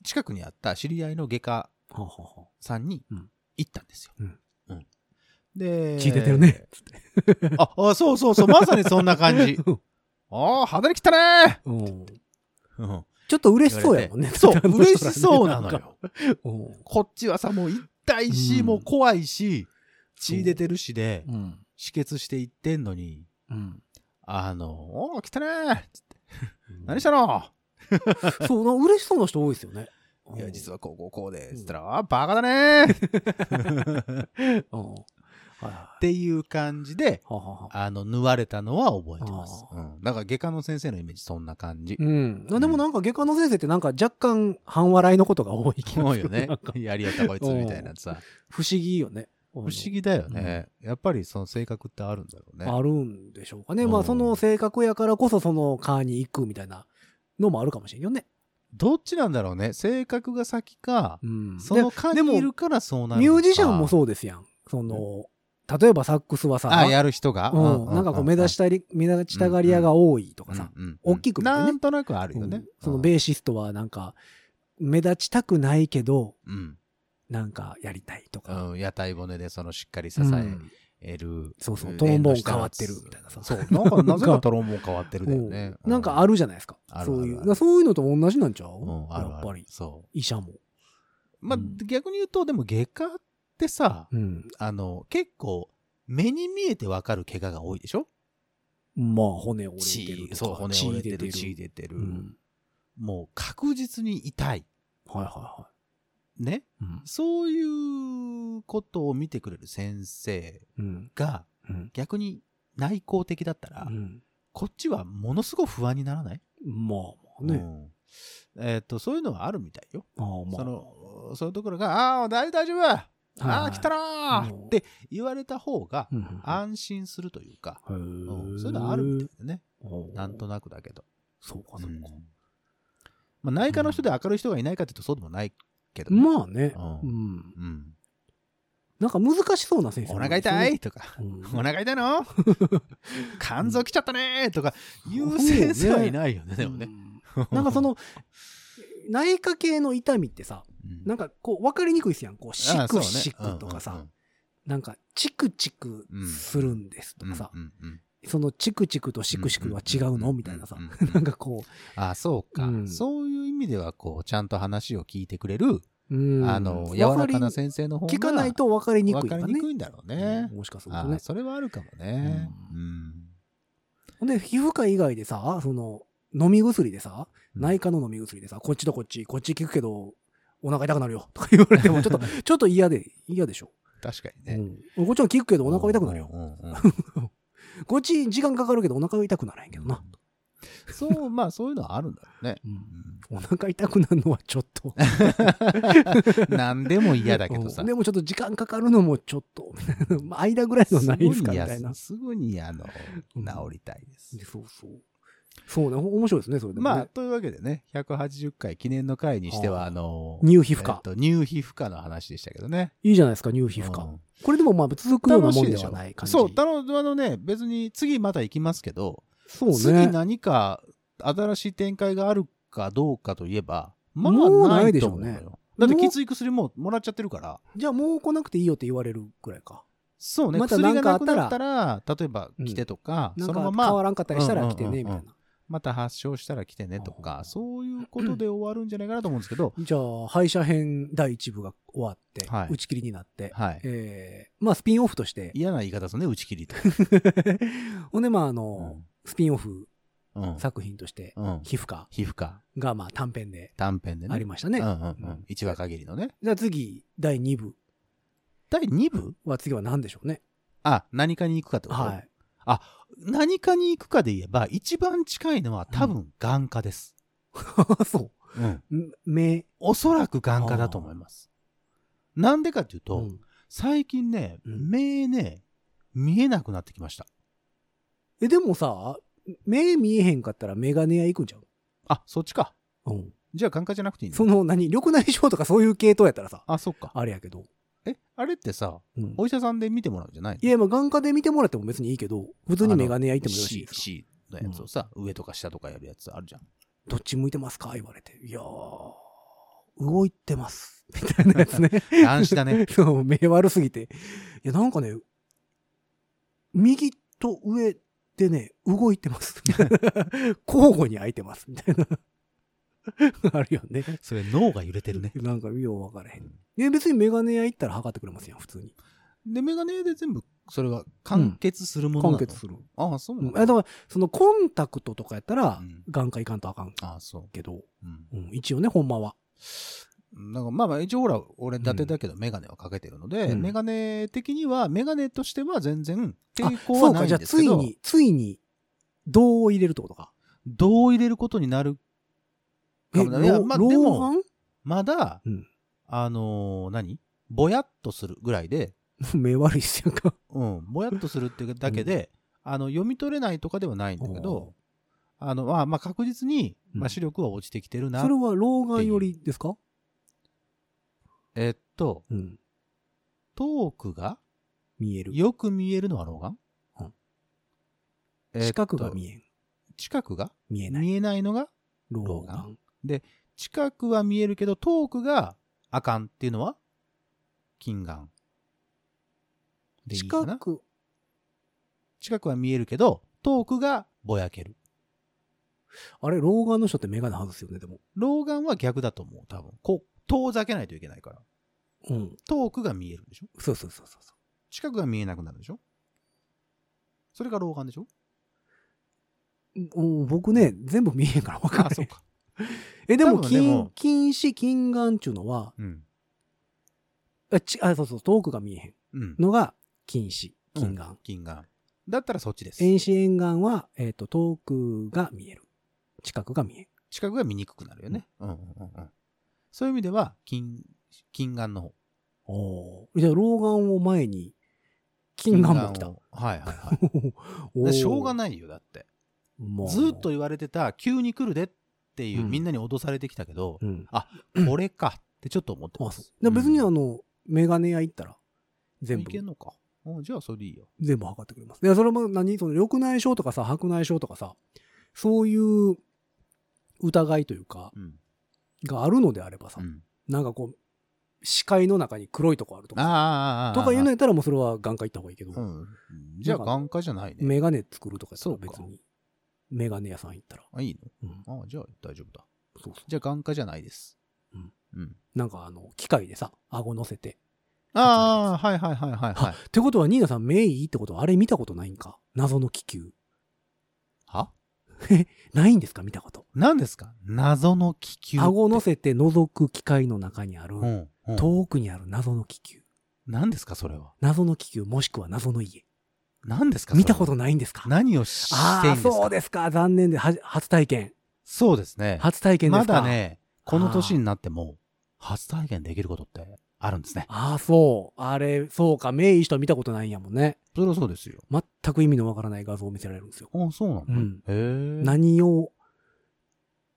S3: 近くにあった知り合いの外科
S2: はあはあは
S3: さんに
S2: うん
S3: 行ったんですよ。
S2: うん
S3: うんで、
S2: あ血出てるね。つって。。
S3: あ、あ、そうそうそう、まさにそんな感じ
S2: うん
S3: ああ、肌きた ね
S2: うん
S3: ー、うん、
S2: ちょっと嬉しそうやもんね。
S3: そう
S2: だってあ、人らね
S3: 嬉しそうなの。
S2: んか
S3: よ。
S2: うん
S3: こっちはさ、もう痛いし、
S2: うん
S3: もう怖いし、血出てるしで、
S2: うん。
S3: 止血していってんのに、
S2: うん。
S3: あの、おー来たねーつって何したの
S2: そうな、嬉しそうな人多いですよね。
S3: いや、実
S2: は。
S3: はこうこうこうで
S2: う、ん
S3: つったら、あーバカだ ねーっ
S2: うんはいはいは
S3: ていう感じで、
S2: あはあはあ
S3: あの、縫われたのは覚えてます。
S2: あ
S3: う
S2: ー
S3: ん。だから、外科の先生のイメージ、そんな感 じ。
S2: うん。あでもなんか外科の先生ってなんか若干半笑いのことが多い気が
S3: 思う
S2: する
S3: よ ね
S2: なんか。
S3: やりやったこいつみたいなさ。
S2: 不思議よね。不
S3: 不思議だよね。やっぱりその性格ってあるんだろうね。
S2: あるんでしょうかね。
S3: うん
S2: まあその性格やからこそその科に行くみたいなのもあるかもしれんよね。
S3: どっちなんだろうね。性格が先か、
S2: うん。
S3: その感
S2: で
S3: じ
S2: も
S3: にいるからそうなる
S2: ミュージシャンも
S3: う
S2: そうですやん。その、例えばサックスはさ、
S3: あ、やる人が。
S2: うん、なんかこう目立ちたり、目立ちたがり屋が多いとかさ、
S3: うんうん
S2: 大きく見てね
S3: なんとなくあるよ
S2: う
S3: ね
S2: ん。その
S3: うん
S2: ベーシストはなんか、目立ちたくないけど、
S3: うん。
S2: なんかやりたいとか。
S3: うん屋台骨でそのしっかり支
S2: うん
S3: える。
S2: そうそう
S3: えー
S2: トロンボーン変わってるみたいなさ
S3: そう。 なんかなぜかトロンボーン変わってるだよね。
S2: うんなんかあ
S3: る。
S2: るじゃないですか。
S3: ある
S2: そうい
S3: あるあ
S2: う。
S3: る
S2: だそういうのと同じなんちゃう
S3: うん、ある
S2: や
S3: あ
S2: っ
S3: る
S2: ぱり。
S3: そ
S2: 医者も。
S3: う。まあ
S2: うん
S3: 逆に言うと、でも外科ってさ、
S2: うん。
S3: あの、結構、目に見えてわかる怪我が多いでしょ
S2: まあ、骨折れてると、
S3: 血
S2: か。
S3: そう、骨折れてる、血
S2: 血出
S3: 出てる
S2: う。ん。
S3: もう確実に痛い。
S2: はいは
S3: ね。
S2: いはい。
S3: そういうことを見てくれる先生
S2: うん。
S3: が
S2: うん。
S3: 逆に内向的だったら、
S2: うん。
S3: こっちはものすごく不安にならない
S2: まあ、
S3: う
S2: ね。
S3: んえっ、と、そういうのはあるみたいよ。
S2: ああ、まあ。
S3: その、そういうところが、ああー、大丈夫大丈夫あ
S2: は
S3: あ、
S2: い
S3: 来たなー
S2: うん
S3: って言われた方が
S2: うんうん、
S3: 安心するというか、
S2: へえ
S3: うんそういうのあるみたいだね。
S2: お
S3: なんとなくだけど。
S2: そうか、そうか。
S3: まあ、内科の人で明るい人がいないかっていうとそうでもないけどね、
S2: まあね、う。
S3: うんんうん
S2: なんか難しそうな先生
S3: お
S2: なん
S3: 腹
S2: ですよ
S3: 痛
S2: ね、
S3: いとか、
S2: うん
S3: お腹痛 いの肝臓来ちゃったねとか言う先生はいないよね、 でもね。
S2: うんなんかその、内科系の痛みってさ、
S3: うん
S2: なんかこう分かりにくいですやん。こう、シ
S3: ああそう
S2: ク
S3: ね
S2: シクとか
S3: うんう
S2: さ
S3: ん、
S2: なんかチクチクするんですと
S3: うん
S2: かさ
S3: う、んうんうん
S2: そのチクチクとシクシクは違うのみたいなさ
S3: うんうんうんう、ん
S2: なんかこ
S3: ああ、そうか、
S2: うん
S3: そういう意味では、こう、ちゃんと話を聞いてくれる、
S2: う、うん
S3: あの、柔らかな先生の方が
S2: 聞かないと分かりにくい
S3: 分かりにくいんだろうね。
S2: もしかする
S3: あ
S2: と
S3: あ
S2: ね。
S3: それはあるかもね。
S2: うんほんで、皮膚科以外でさ、その、飲み薬でさ、
S3: うん
S2: 内科の飲み薬でさ、こっちとこっち、こっち効くけど、お腹痛くなるよとか言われても、ちょっと、ちょっと嫌で、嫌でしょ。
S3: 確かに
S2: う
S3: ね。
S2: ん、こっちは効くけどお腹痛くなるよ。
S3: うんうんうん
S2: こっち時間かかるけどお腹痛くならへん けどな。
S3: そう、まあそういうのはあるんだろうね。
S2: お腹痛くなるのはちょっと。
S3: 何でも嫌だけど
S2: う
S3: さ
S2: ん。でもちょっと時間かかるのもちょっと。 まあ間ぐらいのないですかみたいな。
S3: すぐに、あの、
S2: うん
S3: 治りたいです。
S2: そうそう。そうね、ほ面白いですね、それでもね、
S3: まあ、というわけでね、180回記念の回にしては、
S2: あー
S3: あの、
S2: 乳皮膚科
S3: えっと乳皮膚科の話でしたけどね。
S2: いいじゃないですか、乳皮膚科。
S3: うん
S2: これでもまあ続くようなもんではない感じ。
S3: そう、たの、あのね、別に次また行きますけど、
S2: そう
S3: 次
S2: ね。
S3: 何か新しい展開があるかどうかといえば、まあ
S2: もうない
S3: ない
S2: でし
S3: と
S2: ょ
S3: 思
S2: う
S3: う
S2: ね
S3: のよ。だってきつい薬もうもらっちゃってるから、
S2: じゃあもう来なくていいよって言われるぐらいか。
S3: そうね、
S2: また
S3: 薬がな
S2: なん
S3: く
S2: かあ
S3: な
S2: っ
S3: ったたら、例えば来てとか、
S2: なん
S3: そ
S2: か
S3: の
S2: 変
S3: ま
S2: わ
S3: ま、
S2: らんかったりしたら来て
S3: うんうん
S2: ね、
S3: うん
S2: み
S3: うん
S2: たいな。
S3: また発症したら来てねと
S2: う
S3: か
S2: ん、
S3: そういうことで終わるんじゃないかなと思うんですけど、
S2: じゃあ、敗者編第1部が終わって、
S3: はい
S2: 打ち切りになって、
S3: はい。
S2: えーまあスピンオフとして、
S3: 嫌な言い方ですね、打ち切りと。
S2: ほんでまああ
S3: う
S2: の、
S3: ん
S2: スピンオフ
S3: うん
S2: 作品として、
S3: うん
S2: 皮膚科
S3: 皮膚科、
S2: がまあ短編で
S3: 短編でね。
S2: ありましたね。
S3: うんうんうん。1話限りのね。
S2: じゃあ次、第2部
S3: 第2部
S2: は次は何でしょうね。
S3: あ、何かに行くかってこと
S2: は。い。
S3: 何かに行くかで言えば、一番近いのは多分眼科です。
S2: そ
S3: うん
S2: う。ん目。
S3: おそらく眼科だと思います。なんでかっていうと、
S2: うん
S3: 最近ね、
S2: うん
S3: 目ね、見えなくなってきました。
S2: え、でもさ、目見えへんかったらメガネ屋行くんちゃう
S3: あ、そっちか。
S2: うん。
S3: じゃあ眼科じゃなくていいの
S2: その、何、緑内障とかそういう系統やったらさ、
S3: あ、そっか。
S2: あれやけど。
S3: え、あれってさ、
S2: うん
S3: お医者さんで見てもらうんじゃないの
S2: いや、まあ眼科で見てもらっても別にいいけど、普通にメガネ屋行ってもよろしい
S3: C
S2: で、すか
S3: C のやつをさ、上とか下とかやるやつあるじゃん。
S2: どっち向いてますか言われて。いやー、動いてます。 みたいなやつね。
S3: 乱視だね。
S2: そう、目悪すぎて。いや、なんかね、右と上でね、動いてます。 交互に開いてます。みたいな。 あるよね。
S3: それ脳が揺れてるね。
S2: なんかよう分からへん。え、別にメガネ屋行ったら測ってくれますやん、普通に。
S3: で、メガネで全部、それは完結するものな
S2: 完
S3: の、
S2: 結する。
S3: ああ、そう
S2: うん
S3: な
S2: えだ
S3: ん
S2: から、そのコンタクトとかやったら
S3: うん、
S2: 眼科行かんとあかん
S3: ああ、そ
S2: けど、
S3: う。うん
S2: うん、一応ね、ほんまは。
S3: なんかまあまあ一応ほら、俺、伊達だけどメガネはかけてるので、
S2: うん
S3: メガネ的には、メガネとしては全然
S2: あ
S3: 抵、抗
S2: そ
S3: は
S2: う
S3: な
S2: か、
S3: い
S2: じゃ
S3: ん
S2: あ
S3: ですけ
S2: つい
S3: ど、
S2: に、ついに、銅を入れるってことか。
S3: どう入れることになるかもな。いや、
S2: ろ
S3: まあ
S2: 老
S3: でも、
S2: 眼
S3: まだ、
S2: うん
S3: あのー何ぼやっとするぐらいで、
S2: 目悪いっすやんか。
S3: うん、ぼやっとするってだけで、あの、読み取れないとかではないんだ けど、あの、まあまあ確実に、
S2: うん
S3: まあ視力は落ちてきてるな。
S2: それは老眼よりですか
S3: えっと、
S2: うん。
S3: 遠くが
S2: 見える。
S3: よく見えるのは老眼、
S2: うん
S3: えっと
S2: 近くが見えん。
S3: 近くが
S2: 見えない。
S3: 見えないのが
S2: 老
S3: 老
S2: 眼。
S3: 近くは見えるけど遠くがあかんっていうのは近眼でいいか
S2: 近
S3: な
S2: く、
S3: 近くは見えるけど遠くがぼやける
S2: あれ、老眼の人ってメガネ外すよね、でも。
S3: 老眼は逆だと思う多分こう遠ざけないといけないから
S2: うん。
S3: 遠くが見えるんでしょ
S2: そうそうそうそうそ
S3: 近くが見えなくなるでしょそれが老眼でしょ
S2: う。うん僕ね、全部見えへんから分から
S3: あ
S2: な
S3: そう
S2: い。
S3: か、
S2: え、でも、
S3: 多分で
S2: 近
S3: も、
S2: 近視、近眼っていうのは、
S3: うん
S2: あ、ちあそうそう、遠くが見えへん
S3: うん、
S2: のが近視、近眼。
S3: 近眼だったらそっちです
S2: 遠視、遠眼は、えっ、と、遠くが見える。近くが見えん。
S3: 近くが見にくくなるよね、うんうんうんうん、そういう意味では近近眼の方
S2: おーじゃあ、老眼を前に、近眼も来た。
S3: をは いはいはい
S2: お
S3: だか
S2: ー
S3: らしょうがないよ、だって。
S2: もう
S3: ずっと言われてた、急に来るでっていう、
S2: うん
S3: みんなに脅されてきたけど、
S2: うん。
S3: これかってちょっと思って
S2: あ、
S3: ま
S2: そう
S3: す。。
S2: で別に
S3: うん
S2: あの、メガネ屋行ったら、全
S3: い
S2: 部、
S3: けんのか。うんじゃあ、それでいいよ。
S2: 全部測ってくれます。いや、それも何その、緑内障とかさ、白内障とかさ、そういう疑いというか、
S3: うん。
S2: があるのであればさ、
S3: うん
S2: なんかこう、視界の中に黒いとこあるとか、
S3: ああ、
S2: とか言う
S3: う
S2: のやったらもうそれは眼科行った方がいいけど、
S3: うん。じゃあ、眼科じゃないね。
S2: メガネ作るとかやったら
S3: そうか
S2: 別に、メガネ屋さん行ったら、
S3: あ、いい
S2: うん
S3: のああ、じゃあ、大丈夫だ。
S2: そうそう。
S3: じゃあ、眼科じゃないです。
S2: うん。
S3: うん。
S2: なんかあの、機械でさ、顎乗せて。
S3: ああ、はいはいはいはいはい。
S2: ってことは、ニーナさん、目いいってことは、あれ見たことないんか謎の気球。
S3: は
S2: ないんですか見たこと。
S3: 何ですか謎の気球。
S2: 顎を乗せて覗く機械の中にある、
S3: うん。うん
S2: 遠くにある謎の気球。
S3: 何ですかそれは。
S2: 謎の気球もしくは謎の家。
S3: 何ですか
S2: 見たこととないんですか
S3: 何をし
S2: あ
S3: てん
S2: あ、
S3: ですか
S2: そうですか。残念で、はじ初体験。
S3: そうですね。
S2: 初体験で
S3: ます
S2: か。
S3: だ。ね、この年になっても、初体験できることってあるんですね。
S2: ああ、そう。あれ、そうか。名医師とは見たことないんやもんね。
S3: それはそうですよ。
S2: 全く意味のわからない画像を見せられるんですよ。
S3: あそうなの、
S2: うん
S3: へえ。
S2: 何を、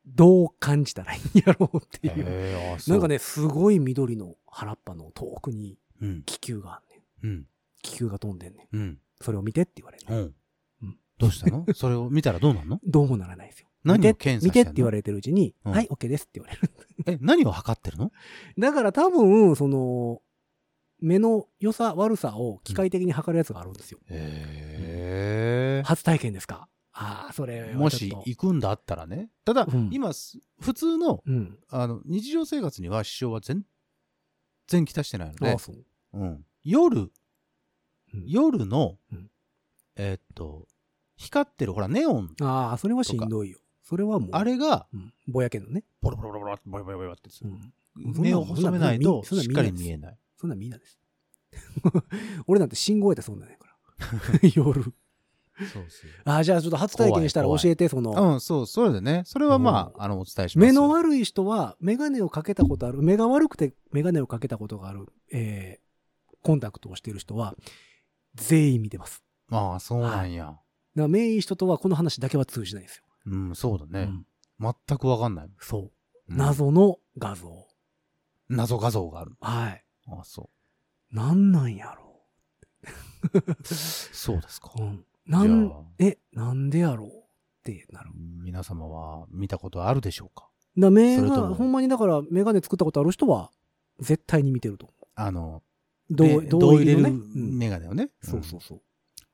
S2: どう感じたらいいんやろうっていう。
S3: へーあそう
S2: なんか、ね、すごい緑の原っぱの遠くに
S3: うん、
S2: 気球があんねん。
S3: うん、
S2: 気球が飛んでんねん。
S3: うん、
S2: それを見てって言われる。
S3: うん
S2: うん。
S3: どうし たのそれを見たらどうなんの
S2: どうもならないですよ。
S3: 何を
S2: 見て
S3: 検査
S2: 見
S3: して
S2: て
S3: んの
S2: って言われてるうちに、
S3: うん
S2: はい、OK ですって言われる。
S3: え、何を測ってるの
S2: だから多分、その、目の良さ、悪さを機械的に測るやつがあるんですよ。
S3: へ
S2: 初体験ですかああ、それはちょっと。
S3: もし行くんだったらね。ただ、
S2: うん
S3: 今す、普通の
S2: うん。
S3: あの日常生活には支障は全然きたしてないの
S2: あ
S3: で
S2: あ、、そう。
S3: うん、夜、
S2: うん
S3: 夜の、
S2: うん
S3: えーっと、光ってる、ほら、ネオン、
S2: ああ、それはしんどいよ。それはもう、
S3: あれが、
S2: うん、ぼやけのね。
S3: ボロボロボロボロボロボロボロってす
S2: う
S3: る、
S2: ん。
S3: 目を細めないと、
S2: そんな
S3: し
S2: ん
S3: っかり見えない。
S2: そんなんみんなです。 俺なんて信号やったらそんなんや から。夜。
S3: そうそう。
S2: ああ、じゃあちょっと初体験したら
S3: 怖い
S2: 教えて、その、
S3: うん、そう、それでね、それはまあ、あの、お伝えします。
S2: 目の悪い人は、メガネをかけたことある、目が悪くてメガネをかけたことがある、えー、コンタクトをしている人は、全員見てます。
S3: ああ、そうなんや。
S2: だから、目いい人とはこの話だけは通じないんですよ。
S3: うん、そうだ
S2: う
S3: ね。
S2: ん
S3: 全くわかんない。
S2: そう。
S3: うん
S2: 謎の画像。
S3: 謎画像がある。
S2: はい。
S3: ああ、そう。
S2: なんなんやろ
S3: そうですか
S2: う。。うん。な
S3: じゃあ
S2: ん、え、なんでやろうってなる。
S3: 皆様は見たことあるでしょうか
S2: だ目
S3: それと
S2: が、
S3: も
S2: ほんまにだから、メガネ作ったことある人は、絶対に見てると思
S3: あの、
S2: う。同
S3: ね
S2: 同
S3: 同
S2: 意
S3: 入れ
S2: の
S3: る
S2: ねうん
S3: メガネをね。
S2: そう
S3: う
S2: そ
S3: ん。
S2: うそう。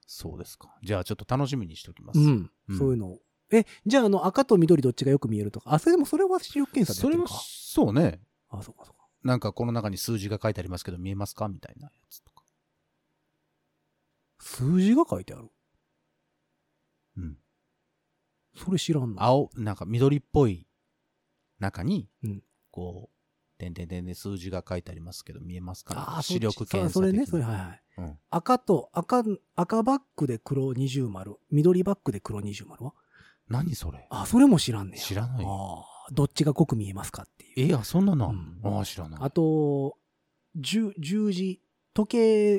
S3: そうですか。じゃあ、ちょっと楽しみにしておきます。
S2: うん
S3: う。ん
S2: そういうのを。え、じゃあ、あの、赤と緑どっちがよく見えるとか。あ、それでもそれは視力検査で
S3: そ
S2: や
S3: れ
S2: って
S3: は
S2: る、か。
S3: そうね。
S2: あ、そうかそうか。
S3: なんかこの中に数字が書いてありますけど見えますかみたいなやつとか。
S2: 数字が書いてある。
S3: うん。
S2: それ知らんな。
S3: 青、なんか緑っぽい中に
S2: うん、
S3: こう、点々点で数字が書いてありますけど見えますか
S2: あー
S3: 視力検
S2: そ
S3: 査的
S2: っちそれね、それ
S3: な
S2: はいはい。
S3: うん
S2: 赤と、赤、赤バックで黒二重丸、緑バックで黒二重丸は
S3: 何それ
S2: あ、それも知らんねや。
S3: 知らないよ
S2: ああ、どっちが濃く見えますかっていう。
S3: えや、そんなのあん
S2: う
S3: の
S2: ん
S3: ああ、知らない。
S2: あと、十、十字、時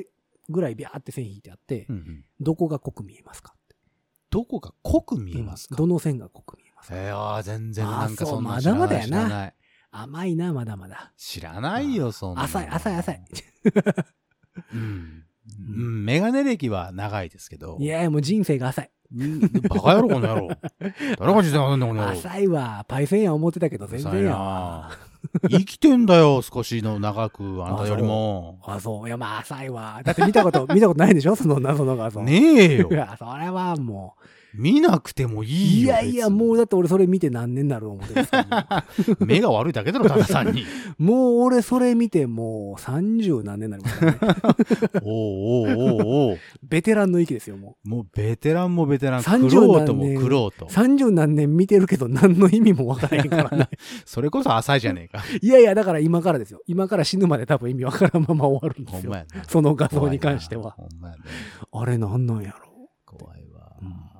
S2: 計ぐらいビャーって線引いてあって、
S3: うんうん
S2: どこが濃く見えますかって
S3: どこが濃く見えます
S2: うん
S3: か
S2: どの線が濃く見えますか
S3: えー、全然
S2: あー
S3: なんか
S2: そう
S3: そんな
S2: ま
S3: 知ら
S2: だ
S3: ない
S2: まだや
S3: 知
S2: な
S3: らない。
S2: 甘いな、まだまだ。
S3: 知らないよ、そんなの。
S2: 浅い、浅い、浅い。
S3: うん。うん、メガネ歴は長いですけど。
S2: いやいや、もう人生が浅い。
S3: うんバカ野郎、この 野郎。誰が人生長いんだ、この野郎。
S2: 浅いわ。パイセンや思ってたけど、全然
S3: うるさい
S2: や
S3: な
S2: わ。
S3: 生きてんだよ、少しの長く、あなたよりも。
S2: あ、そう。いや、まあ、浅いわ。だって見た こと、見たことないでしょその謎の画像。
S3: ねえよ
S2: い。や、それはも
S3: 見なくても
S2: う。
S3: いいよ。
S2: いやいや、もうだ
S3: だ。
S2: って俺それ見て何年になる思ってます けど
S3: 目が悪いだけだろ、タカさ んに。
S2: もう俺それ見てもう30何年になりますからね。
S3: おうおうおうおう。
S2: ベテランの域ですよ、も
S3: もうベテランもベテラン、
S2: 30
S3: 苦労とも苦
S2: う。
S3: 労と。
S2: 30何年見てるけど何の意味もわからへんから ね。
S3: それこそ浅いじゃねえ か。
S2: いやいや、だから今からですよ。今から死ぬまで多分意味わからんまま終わるんで
S3: ほん
S2: す
S3: ま
S2: よ。
S3: やな。
S2: その画像に関しては。
S3: ほんまやね。
S2: あれなんなんやろ
S3: 怖いわ。
S2: うん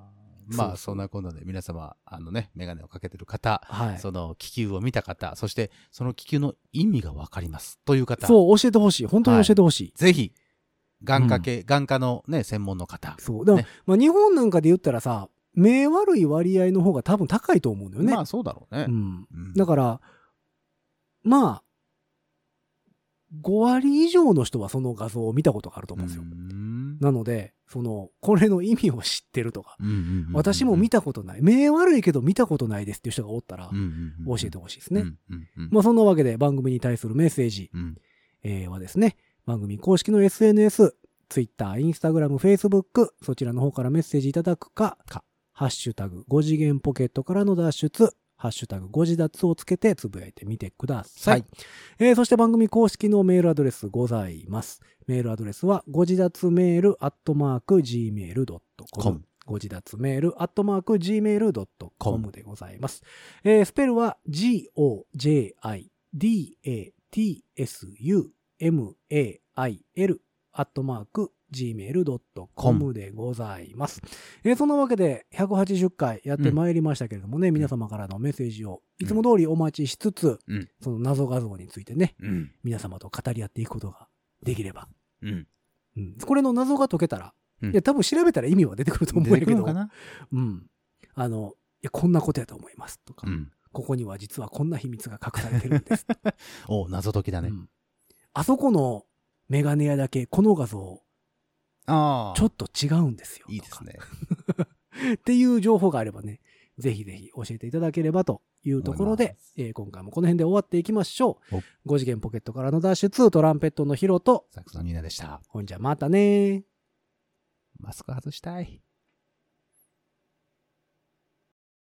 S2: そう
S3: ま
S2: そ
S3: あ、
S2: う
S3: そんなこんなで皆様、あのね、メガネをかけてる方、
S2: はい。
S3: その気球を見た方、そしてその気球の意味がわかりますという方、
S2: そう、教えてほしい。本当に教えてほしい。
S3: ぜひ、眼科系、眼科のね、専門の方。
S2: そう。でも、
S3: ね
S2: まあ日本なんかで言ったらさ、目悪い割合の方が多分高いと思うんだよね。
S3: まあ、そうだろうね
S2: う。ん。
S3: うん
S2: だから、まあ、5割以上の人はその画像を見たことがあると思うんですよ。
S3: うん
S2: なので、その、これの意味を知ってるとか、
S3: うんうんうんうん
S2: 私も見たことない、目悪いけど見たことないですっていう人がおったら
S3: うん、うんうん
S2: 教えてほしいですね。
S3: うんうんうん
S2: まあそんなわけで番組に対するメッセージ、
S3: うん
S2: えーはですね、番組公式の SNS、Twitter、Instagram、Facebook、そちらの方からメッセージいただくか、ハッシュタグ5次元ポケットからの脱出、ハッシュタグ5次脱をつけてつぶやいてみてください。
S3: はい
S2: えーそして番組公式のメールアドレスございます。メールアドレスは5次脱メールアットマーク Gmail.com
S3: com。
S2: ご自立メール、アットマーク、gmail.com でございます。えースペルは、g-o-j-i-d-a-t-s-u-m-a-i-l、アットマーク、gmail.com でございます。えーそんなわけで、180回やってまいりましたけれどもね、皆様からのメッセージをいつも通りお待ちしつつ、
S3: うん
S2: その謎画像についてね、
S3: うん。
S2: 皆様と語り合っていくことができれば。
S3: うん。
S2: うんこれの謎が解けたら、
S3: うん
S2: いや、多分調べたら意味は出てくると思うん
S3: 出
S2: や
S3: て
S2: け
S3: くる
S2: ど、
S3: のかな
S2: うん。あの、いや、こんなことやと思いますとか、
S3: うん。
S2: ここには実はこんな秘密が隠されてるんです。
S3: お謎解きだね。
S2: うんあそこのメガネ屋だけ、この画像、
S3: ああ。
S2: ちょっと違うんですよ。
S3: いいですね。
S2: ね。っていう情報があればね、ぜひぜひ教えていただければというところ
S3: 思い
S2: で
S3: ま、
S2: えー今回もこの辺で終わっていきましょう
S3: お。
S2: 5次元ポケットからの脱出、トランペットのヒロと、
S3: サックスのニーナでした。
S2: ほんじゃまたねー。
S3: マスク外したい。